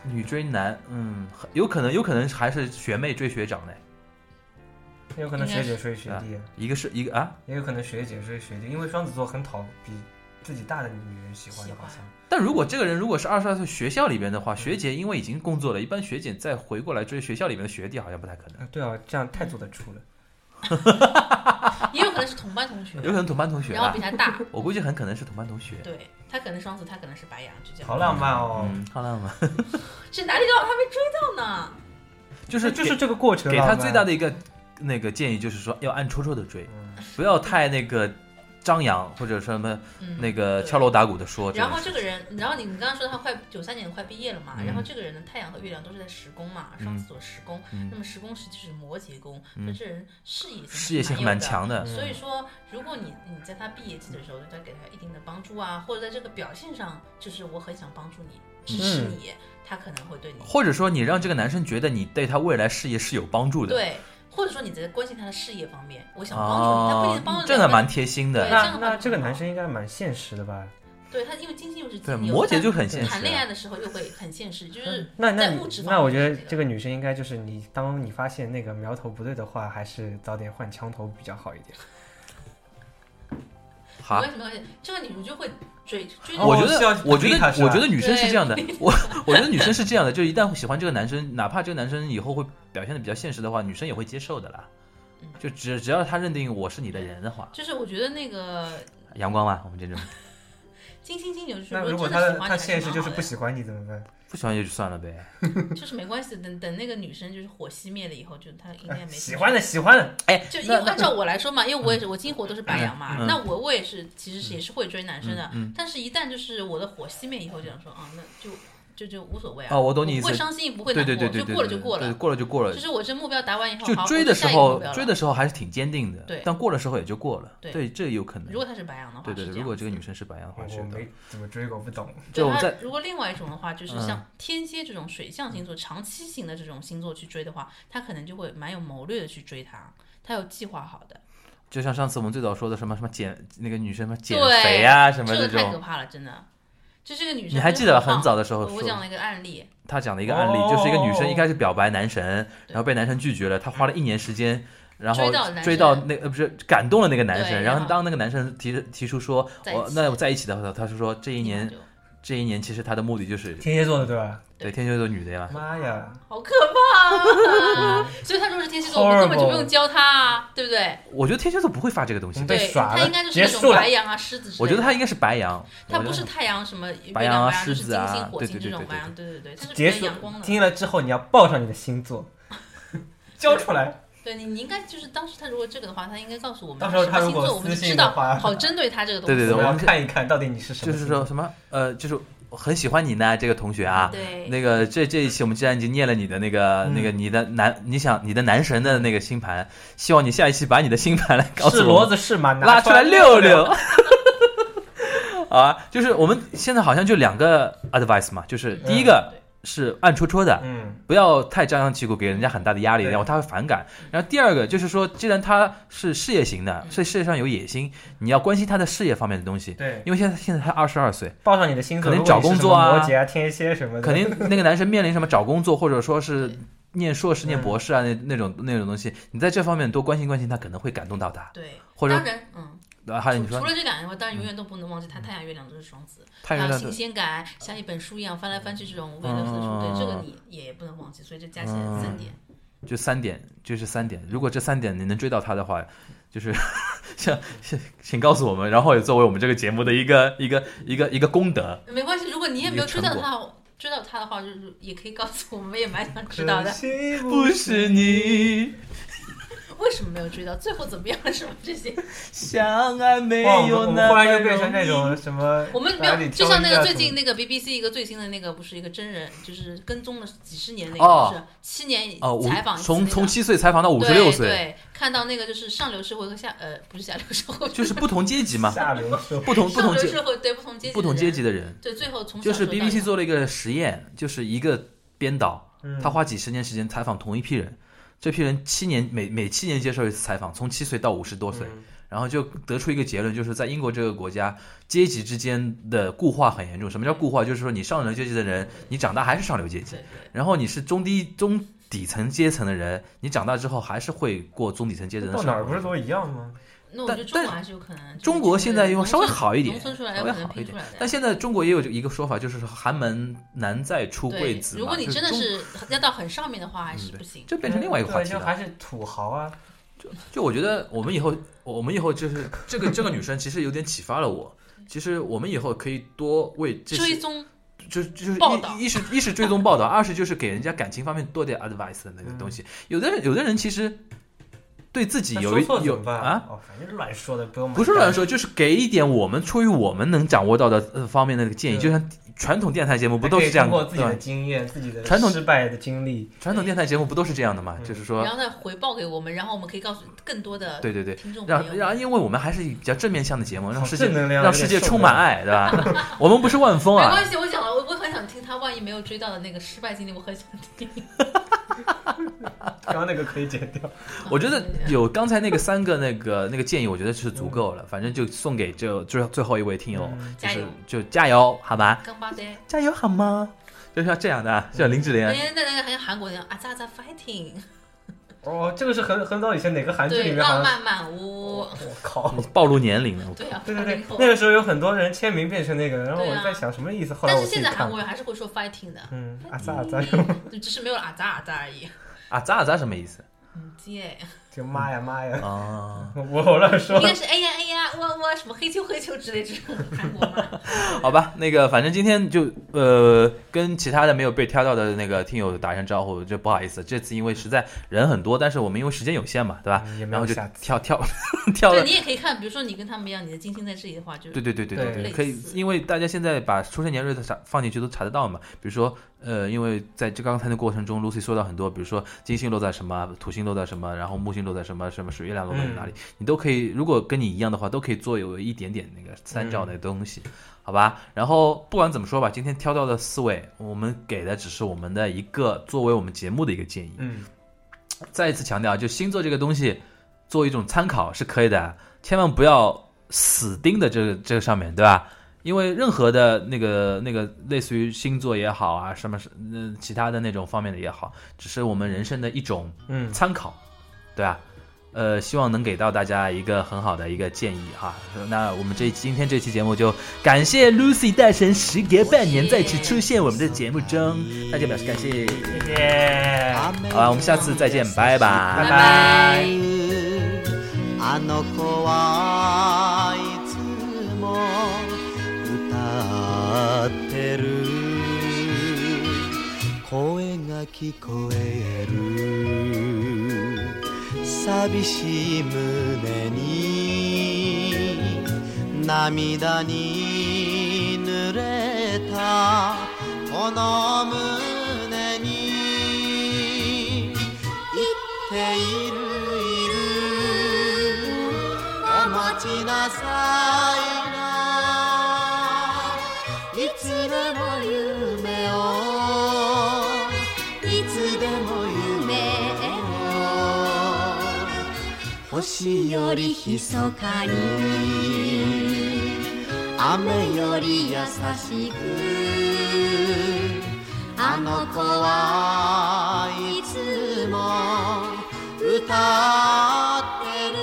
Speaker 5: 女追男，嗯，很有可能有可能还是学妹追学长呢，
Speaker 2: 也有可能学姐追学
Speaker 5: 啊
Speaker 2: 弟，
Speaker 5: 一个是一个啊，
Speaker 2: 也有可能学姐追学弟，因为双子座很讨比自己大的女人喜欢
Speaker 4: 喜
Speaker 2: 的，
Speaker 4: 欢
Speaker 2: 好像
Speaker 5: 但如果这个人如果是二十二岁学校里边的话，学姐因为已经工作了，一般学姐再回过来追学校里面的学弟好像不太可能。
Speaker 2: 啊，对啊，这样太做得出了。
Speaker 4: 也有可能是同班同学，
Speaker 5: 有可能同班同学
Speaker 4: 然后
Speaker 5: 啊
Speaker 4: 比，他大，
Speaker 5: 我估计很可能是同班同学。
Speaker 4: 对他可能双子，他可能是白羊，就这
Speaker 2: 好
Speaker 4: 样。
Speaker 2: 浪漫哦！
Speaker 5: 嗯，好浪漫，
Speaker 4: 这哪里让他没追到呢？
Speaker 5: 就是
Speaker 2: 就
Speaker 5: 给
Speaker 2: 是这个过程啊
Speaker 5: 给
Speaker 2: 浪
Speaker 5: 他
Speaker 2: 漫，
Speaker 5: 最大的一个那个建议就是说，要按戳戳的追，
Speaker 2: 嗯
Speaker 5: 不要太那个张扬或者什么
Speaker 4: 嗯，
Speaker 5: 那个
Speaker 4: 对
Speaker 5: 敲锣打鼓的说。
Speaker 4: 然后
Speaker 5: 真
Speaker 4: 这
Speaker 5: 的
Speaker 4: 个人，然后你你刚刚说他快九三年快毕业了嘛，
Speaker 5: 嗯
Speaker 4: 然后这个人的太阳和月亮都是在十宫嘛，双子座十宫，
Speaker 5: 嗯
Speaker 4: 那么十宫是就是摩羯宫，
Speaker 5: 嗯
Speaker 4: 所以这人事业
Speaker 5: 是事业性还
Speaker 4: 还
Speaker 5: 蛮
Speaker 4: 蛮
Speaker 5: 强的嗯
Speaker 4: 有的。，所以说，如果你你在他毕业季的时候，对他给他一定的帮助啊，或者在这个表现上，就是我很想帮助你，支持
Speaker 2: 嗯
Speaker 4: 你，他可能会对你
Speaker 5: 或者说你让这个男生觉得你对他未来事业是有帮助的。
Speaker 4: 对，或者说你在关心他的事业方面，我想帮助你，他不
Speaker 5: 哦
Speaker 4: 一定帮得，了
Speaker 5: 这还
Speaker 4: 你
Speaker 5: 蛮贴心的。
Speaker 4: 对这
Speaker 2: 那
Speaker 4: 样的话
Speaker 2: 那这个男生应该蛮现实的吧？
Speaker 4: 对他，因为金星又是
Speaker 5: 对，
Speaker 4: 金牛，
Speaker 5: 摩
Speaker 4: 他
Speaker 5: 羯就很现实
Speaker 4: 谈恋爱
Speaker 5: 啊。嗯
Speaker 4: 的时候又会很现实，就是
Speaker 2: 那那
Speaker 4: 嗯在物质
Speaker 2: 你
Speaker 4: 方面
Speaker 2: 那我觉得
Speaker 4: 这
Speaker 2: 这个女生应该就是你，当你发现那个苗头不对的话，还是早点换枪头比较好一点。
Speaker 5: 好
Speaker 4: 没，关系没关系，这个你就会追追
Speaker 2: 哦
Speaker 5: 我觉
Speaker 2: 是要
Speaker 5: 得，我觉
Speaker 2: 鼓励他
Speaker 5: 得，
Speaker 2: 是吧
Speaker 5: 我觉得女生是
Speaker 4: 对
Speaker 5: 这样的，我 我觉得女生是这样的，就一旦喜欢这个男生，哪怕这个男生以后会表现的比较现实的话，女生也会接受的啦
Speaker 4: 嗯。
Speaker 5: 就只只要他认定我是你的人的话，
Speaker 4: 就是我觉得那个
Speaker 5: 阳光嘛，我们这种
Speaker 4: 金星金牛就是
Speaker 2: 那如果
Speaker 4: 果
Speaker 2: 他
Speaker 4: 真的喜欢你
Speaker 2: 他现实就是
Speaker 4: 还
Speaker 2: 不
Speaker 4: 蛮好
Speaker 2: 喜欢你怎么办？
Speaker 5: 不喜欢也就算了呗。
Speaker 4: 的，就是没关系，等等那个女生就是火熄灭了以后，就她应该没
Speaker 2: 哎喜欢的喜欢的，
Speaker 5: 哎，
Speaker 4: 就因为
Speaker 5: 那
Speaker 4: 按照我来说嘛，因为我也是我金火都是白羊嘛，
Speaker 5: 嗯
Speaker 4: 那我我也是其实是也是会追男生的，
Speaker 5: 嗯嗯
Speaker 4: 但是一旦就是我的火熄灭以后，就想说啊，那就就就无所谓啊，
Speaker 5: 哦我懂你意思
Speaker 4: 不会伤心，不会
Speaker 5: 对
Speaker 4: 难过，
Speaker 5: 对对对对，
Speaker 4: 就
Speaker 5: 对
Speaker 4: 过了就过
Speaker 5: 对
Speaker 4: 了。
Speaker 5: 过了就过了
Speaker 4: 就。是我这目标达完以后，
Speaker 5: 就
Speaker 4: 好
Speaker 5: 追的时候，追。的
Speaker 4: 我就下一个目标了
Speaker 5: 时候还是挺坚定的
Speaker 4: 对，
Speaker 5: 但过了时候也就过了。
Speaker 4: 对
Speaker 5: 对，这有可能
Speaker 4: 如。果他是白羊的话，
Speaker 5: 对对
Speaker 4: 是
Speaker 5: 对，
Speaker 4: 这样
Speaker 5: 如果这个女生是白羊的
Speaker 2: 我
Speaker 5: 话，是
Speaker 2: 我
Speaker 5: 的
Speaker 2: 哦没。怎么追过，不懂。
Speaker 5: 就我
Speaker 4: 对
Speaker 5: 在嗯
Speaker 4: 那如果另外一种的话，就是像天蝎这种水象星座、长期型的这种星座去追的话，他可能就会蛮有谋略的去追他，他有计划好的。
Speaker 5: 就像上次我们最早说的什么什么减那个女生什么减
Speaker 4: 对
Speaker 5: 肥啊什么
Speaker 4: 这
Speaker 5: 这
Speaker 4: 个太可
Speaker 5: 种，
Speaker 4: 怕了，真的。就这个女生，
Speaker 5: 你还记得
Speaker 4: 很
Speaker 5: 很
Speaker 4: 棒
Speaker 5: 早的时候
Speaker 4: 我我讲
Speaker 5: 说
Speaker 4: 了一个案例，
Speaker 5: 他讲的一个案例，就是一个女生一开始表白男神，然后被男神拒绝了，她花了一年时间。然后
Speaker 4: 追到男神
Speaker 5: 追到那呃不是感动了那个男
Speaker 4: 对
Speaker 5: 神，
Speaker 4: 然
Speaker 5: 然
Speaker 4: 后
Speaker 5: 后当那个男生提提出说
Speaker 4: 在一
Speaker 5: 我
Speaker 4: 起嗯
Speaker 5: 那我在一起的话，他是说这一年
Speaker 4: 就
Speaker 5: 这一年其实他的目的就是
Speaker 2: 天蝎座的对吧？
Speaker 5: 对天蝎座女的呀，
Speaker 2: 妈呀，
Speaker 4: 好可 怕、啊！所以他如果是天蝎座，我们根本就不
Speaker 2: Horrible
Speaker 4: 用教他、啊，对不对？
Speaker 5: 我觉得天蝎座不会发这个东西
Speaker 2: 嗯，
Speaker 4: 对
Speaker 2: 被耍
Speaker 4: 他
Speaker 2: 了
Speaker 4: 应该就是
Speaker 2: 结
Speaker 4: 那
Speaker 2: 束
Speaker 4: 种
Speaker 2: 了
Speaker 4: 白羊啊、狮子之类的。
Speaker 5: 我觉得他应该是白羊，
Speaker 4: 他
Speaker 5: 我觉
Speaker 4: 不
Speaker 5: 得
Speaker 4: 是太阳什么月
Speaker 5: 白
Speaker 4: 亮
Speaker 5: 羊啊
Speaker 4: 白羊，就是
Speaker 5: 狮子
Speaker 4: 金
Speaker 5: 啊
Speaker 4: 星、火
Speaker 5: 对
Speaker 4: 星
Speaker 5: 对
Speaker 4: 这
Speaker 5: 对
Speaker 4: 种
Speaker 5: 对
Speaker 4: 白
Speaker 5: 对
Speaker 4: 羊，对对对，他是
Speaker 2: 结
Speaker 4: 偏
Speaker 2: 束
Speaker 4: 阳光的。
Speaker 2: 听了之后你要报上你的星 座，交出来。
Speaker 4: 对你，你应该就是当时他如果这个的话，他应该告诉我们
Speaker 2: 到时候
Speaker 4: 什
Speaker 2: 他
Speaker 4: 么
Speaker 2: 如
Speaker 4: 星
Speaker 2: 果
Speaker 4: 座，我们就
Speaker 2: 私
Speaker 4: 知
Speaker 2: 信的
Speaker 4: 道
Speaker 2: 话
Speaker 4: 好针对他这个东
Speaker 5: 对
Speaker 4: 西。
Speaker 5: 对对
Speaker 2: 我们要
Speaker 5: 我们
Speaker 2: 看一看到底你是什
Speaker 5: 就
Speaker 2: 么星
Speaker 5: 是
Speaker 2: 座。
Speaker 5: 说什么呃就是我很喜欢你呢这个同学啊，那个这这一期我们既然已经念了你的那个、
Speaker 2: 嗯
Speaker 5: 那个你的男你想你的男神的那个星盘，希望你下一期把你的星盘来告
Speaker 2: 是
Speaker 5: 诉
Speaker 2: 骡
Speaker 5: 我，
Speaker 2: 子是马，拿
Speaker 5: 拉出来溜
Speaker 2: 溜。
Speaker 5: 溜。 啊，就是我们现在好像就两个 advice 嘛，就是第一个是暗戳戳的，
Speaker 2: 嗯，
Speaker 5: 不要太张扬旗鼓，给人家很大的压力，
Speaker 2: 对
Speaker 5: 然后他会反感。然后第二个就是说，既然他是事业型的，所以事业上有野心，你要关心他的事业方面的东西，
Speaker 2: 对，
Speaker 5: 因为现在现在他二十二岁，
Speaker 2: 报上你的星座，
Speaker 5: 可能
Speaker 2: 如果你
Speaker 5: 找工
Speaker 2: 是
Speaker 5: 作啊
Speaker 2: 什么摩羯啊、天蝎什么的，
Speaker 5: 肯定那个男生面临什么找工作，或者说是念硕士、念博士啊，那那种那种东西，你在这方面多关心关心他，可能会感动到他。
Speaker 4: 对，
Speaker 5: 或者
Speaker 4: 当然，嗯，
Speaker 5: 啊还有你
Speaker 4: 除
Speaker 5: 说嗯
Speaker 4: 除了这两个，当然永远都不能忘记他太阳、月亮都是双子，
Speaker 5: 太
Speaker 4: 还
Speaker 5: 原谅
Speaker 4: 有新
Speaker 5: 的，
Speaker 4: 鲜感，像一本书一样翻来翻去这种无厘头的书，
Speaker 5: 嗯
Speaker 4: 对这个你也不能忘记，所以这加起来三点。
Speaker 5: 就三点，就是三点。如果这三点你能追到他的话，就是 像请请告诉我们，然后也作为我们这个节目的一个一个一个一个功德。
Speaker 4: 没关系，如果你也没有
Speaker 5: 一个
Speaker 4: 追
Speaker 5: 成
Speaker 4: 到
Speaker 5: 果
Speaker 4: 他，追到他的话，就是也可以告诉我们，也蛮想知道的
Speaker 2: 可。惜
Speaker 5: 不
Speaker 2: 不
Speaker 5: 是你
Speaker 4: 为什么没有追到？最后怎么样了？什么这些？
Speaker 5: 相爱没
Speaker 2: 哇，我们我
Speaker 5: 有
Speaker 2: 们忽
Speaker 5: 那
Speaker 2: 然
Speaker 5: 么
Speaker 2: 就变成那
Speaker 5: 容易。
Speaker 2: 种什么，
Speaker 4: 我们没
Speaker 2: 哪
Speaker 4: 有，
Speaker 2: 里
Speaker 4: 就像那个
Speaker 2: 挑一
Speaker 4: 最近
Speaker 2: 什么
Speaker 4: 那个 BBC 一个最新的那个，不是一个真人，就是跟踪了几十年那个，
Speaker 5: 哦
Speaker 4: 就是七年以
Speaker 5: 哦，五
Speaker 4: 采访一次那
Speaker 5: 从
Speaker 4: 个
Speaker 5: 从七岁采访到五十六
Speaker 4: 对
Speaker 5: 岁，
Speaker 4: 对，看到那个就是上流社会和下呃不是下流社会，
Speaker 5: 就是不同阶级 嘛，
Speaker 2: 下流社会，
Speaker 5: 不同不
Speaker 4: 上
Speaker 5: 同
Speaker 4: 流
Speaker 5: 阶
Speaker 4: 社会对不同阶级的
Speaker 5: 不同阶级
Speaker 4: 人
Speaker 5: 的人。
Speaker 4: 对最后从
Speaker 5: 就是
Speaker 4: 小说到
Speaker 5: BBC
Speaker 4: 大
Speaker 5: 做了一个实验，就是一个编导，
Speaker 2: 嗯
Speaker 5: 他花几十年时间采访同一批人，这批人七年每每七年接受一次采访，从七岁到五十多岁，
Speaker 2: 嗯
Speaker 5: 然后就得出一个结论，就是在英国这个国家，阶级之间的固化很严重。什么叫固化？就是说你上流阶级的人，你长大还是上流阶级，
Speaker 4: 对对
Speaker 5: 然后你是中低中底层阶层的人，你长大之后还是会过中底层阶层的
Speaker 2: 到
Speaker 5: 生
Speaker 2: 哪儿不是
Speaker 5: 活。
Speaker 2: 都一样吗？
Speaker 4: 那我
Speaker 5: 但
Speaker 4: 觉得中国
Speaker 5: 但
Speaker 4: 还是有可能。就是
Speaker 5: 中国
Speaker 4: 这个
Speaker 5: 现在又
Speaker 4: 农
Speaker 5: 稍微
Speaker 4: 村
Speaker 5: 好一点
Speaker 4: 农村出来
Speaker 5: 稍
Speaker 4: 有
Speaker 5: 微
Speaker 4: 可能
Speaker 5: 好一
Speaker 4: 拼出
Speaker 5: 点
Speaker 4: 来的，
Speaker 5: 但现在中国也有一个说法，就是说寒门难再出
Speaker 4: 对
Speaker 5: 贵子嘛。
Speaker 4: 如果你
Speaker 5: 就是
Speaker 4: 真的
Speaker 5: 中
Speaker 4: 是要到很上面的话，还
Speaker 5: 嗯
Speaker 4: 是
Speaker 5: 对
Speaker 4: 不行。
Speaker 5: 这变成另外一个话题
Speaker 2: 对就
Speaker 5: 了。
Speaker 2: 还是土豪啊，
Speaker 5: 就我觉得我们以后，我们以后就是这个这个女生其实有点启发了我。其实我们以后可以多为这
Speaker 4: 追
Speaker 5: 些，
Speaker 4: 踪
Speaker 5: 就就是
Speaker 4: 报道
Speaker 5: 一一是一是追踪报道，二是就是给人家感情方面多点 advice 的那个
Speaker 4: 嗯
Speaker 5: 东西。有的人有的人其实对自己
Speaker 2: 那
Speaker 5: 有一
Speaker 2: 说错怎
Speaker 5: 有
Speaker 2: 么办
Speaker 5: 啊，？
Speaker 2: 哦，反正乱说的，不用买
Speaker 5: 不是乱
Speaker 2: 单。
Speaker 5: 说，就是给一点我们出于我们能掌握到的呃方面的那个建议，
Speaker 2: 对
Speaker 5: 就像传统电台节目不
Speaker 2: 还
Speaker 5: 都
Speaker 2: 可以
Speaker 5: 是这样
Speaker 2: 通
Speaker 5: 的
Speaker 2: 过自己
Speaker 5: 对吧
Speaker 2: 的？经验、自己的
Speaker 5: 传统
Speaker 2: 失败的经历，
Speaker 5: 传统电台节目不都是这样的嘛？
Speaker 2: 嗯
Speaker 5: 就是
Speaker 4: 然
Speaker 5: 说，
Speaker 4: 后再回报给我们，然后我们可以告诉更多的
Speaker 5: 对对对，
Speaker 4: 听众朋
Speaker 5: 让
Speaker 4: 友。
Speaker 5: 让，因为我们还是比较正面向的节目，让
Speaker 2: 好
Speaker 5: 世界
Speaker 2: 正能量
Speaker 5: 让
Speaker 2: 有点
Speaker 5: 世界
Speaker 2: 受
Speaker 5: 充
Speaker 2: 不了
Speaker 5: 满爱，对吧？ 我们不是万峰
Speaker 4: 没
Speaker 5: 啊，
Speaker 4: 关系，我讲了，我我很想听他万一没有追到的那个失败经历，我很想听。
Speaker 2: 刚刚那个可以剪掉。
Speaker 5: 我觉得
Speaker 4: 嗯
Speaker 5: 有刚才那个三个那个那个建议，我觉得是足够了。反正就送给就最最后一位听友，
Speaker 2: 嗯
Speaker 5: 就
Speaker 4: 加
Speaker 5: 是
Speaker 4: 油，
Speaker 5: 就加油，好吧？
Speaker 4: 干巴 爹！
Speaker 5: 加油好吗？就像这样的啊，就像林志
Speaker 4: 人
Speaker 5: 玲，
Speaker 4: 家那那个还有韩国人啊，咋咋 fighting，
Speaker 2: 哦，这个是很很早以前哪个韩剧里
Speaker 4: 对，
Speaker 2: 面好
Speaker 4: 浪
Speaker 2: 像，
Speaker 4: 漫满屋，
Speaker 2: 我靠，
Speaker 5: 暴露年龄了。
Speaker 4: 对啊，
Speaker 2: 对对对
Speaker 4: 80后，
Speaker 2: 那个时候有很多人签名变成那个，然后我
Speaker 4: 对啊
Speaker 2: 在想什么意思，后来
Speaker 4: 但
Speaker 2: 我
Speaker 4: 是
Speaker 2: 自己
Speaker 4: 现在
Speaker 2: 看
Speaker 4: 韩国，人还是会啊说 fighting 的，
Speaker 2: 嗯，啊咋啊咋，
Speaker 4: 就只是没有啊咋啊咋而已。
Speaker 5: 啊咋啊咋什么意思
Speaker 4: 嗯， 姐，
Speaker 2: 就妈呀妈呀，
Speaker 5: 啊？
Speaker 2: 我我乱说
Speaker 4: 应，该是哎呀哎呀，我我什么黑球黑球之类这种韩国吗？
Speaker 5: 好吧，那个反正今天就呃跟其他的没有被挑到的那个听友打一声招呼，就不好意思，这次因为实在人很多，但是我们因为时间有限嘛，对吧？
Speaker 2: 嗯也没
Speaker 5: 然后
Speaker 2: 有
Speaker 5: 就
Speaker 2: 下次。
Speaker 5: 挑挑 挑了
Speaker 4: 对，你也可以看，比如说你跟他们一样，你的金星在这里的话，就
Speaker 5: 对对对对对
Speaker 2: 对
Speaker 5: 对，
Speaker 4: 类
Speaker 5: 可以，
Speaker 4: 似
Speaker 5: 因为大家现在把出生年月的查放进去都查得到嘛。比如说，呃，因为在这刚才的过程中，Lucy 说到很多，比如说金星落在什么，土星落在什么，然后木星落在什么，什么水月亮落在哪里，你都可以。如果跟你一样的话，都可以做有一点点那个参照的东西，好吧？然后不管怎么说吧，今天挑到的四位，我们给的只是我们的一个作为我们节目的一个建议。
Speaker 2: 嗯，
Speaker 5: 再一次强调，就星座这个东西，做一种参考是可以的，千万不要死盯在这个这个上面，对吧？因为任何的那个那个类似于星座也好啊，什么是嗯、其他的那种方面的也好，只是我们人生的一种
Speaker 2: 嗯，
Speaker 5: 参考，对吧？呃，希望能给到大家一个很好的一个建议哈。那我们这今天这期节目就感谢 Lucy 大神时隔半年再次出现我们的节目中，大家表示感谢。
Speaker 2: 谢谢。
Speaker 5: 好吧，我们下次再见，拜拜。
Speaker 4: 拜拜。
Speaker 6: あの子はいつも歌ってる声が聞こえる寂しい胸に涙に濡れたこの胸に言っているいるお待ちなさいないつでも夢をいつでも夢を星より密かに雨より優しくあの子はいつも歌ってる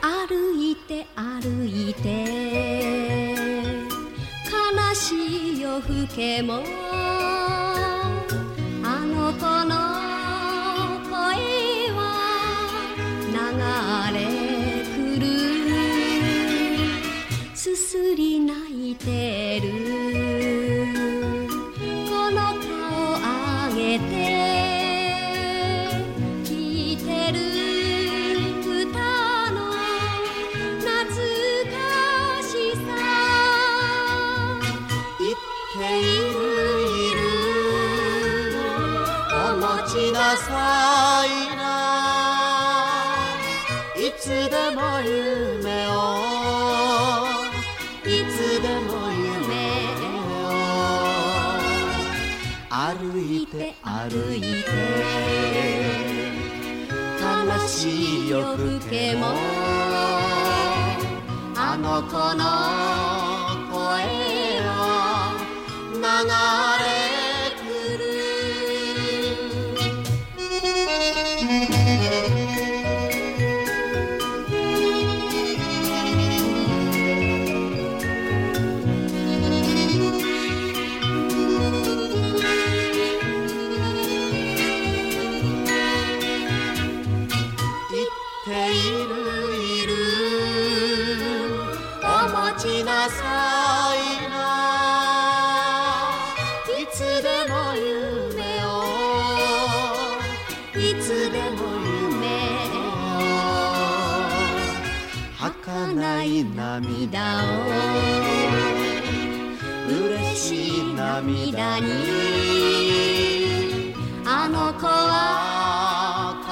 Speaker 7: 歩いて歩いて悲しい夜更けもあの子の声は流れ来るすすり泣いてるこの顔あげて聞いてる歌の懐かしさ
Speaker 6: 言っているいるお持ちなさいないつでも夢をいつでも夢を歩いて歩いて悲しい夜更けもあの子の声を流れ来る
Speaker 7: 「
Speaker 6: ちなさいないつでも夢をいつでも夢を儚い涙を嬉しい涙に
Speaker 7: あの子は
Speaker 6: あ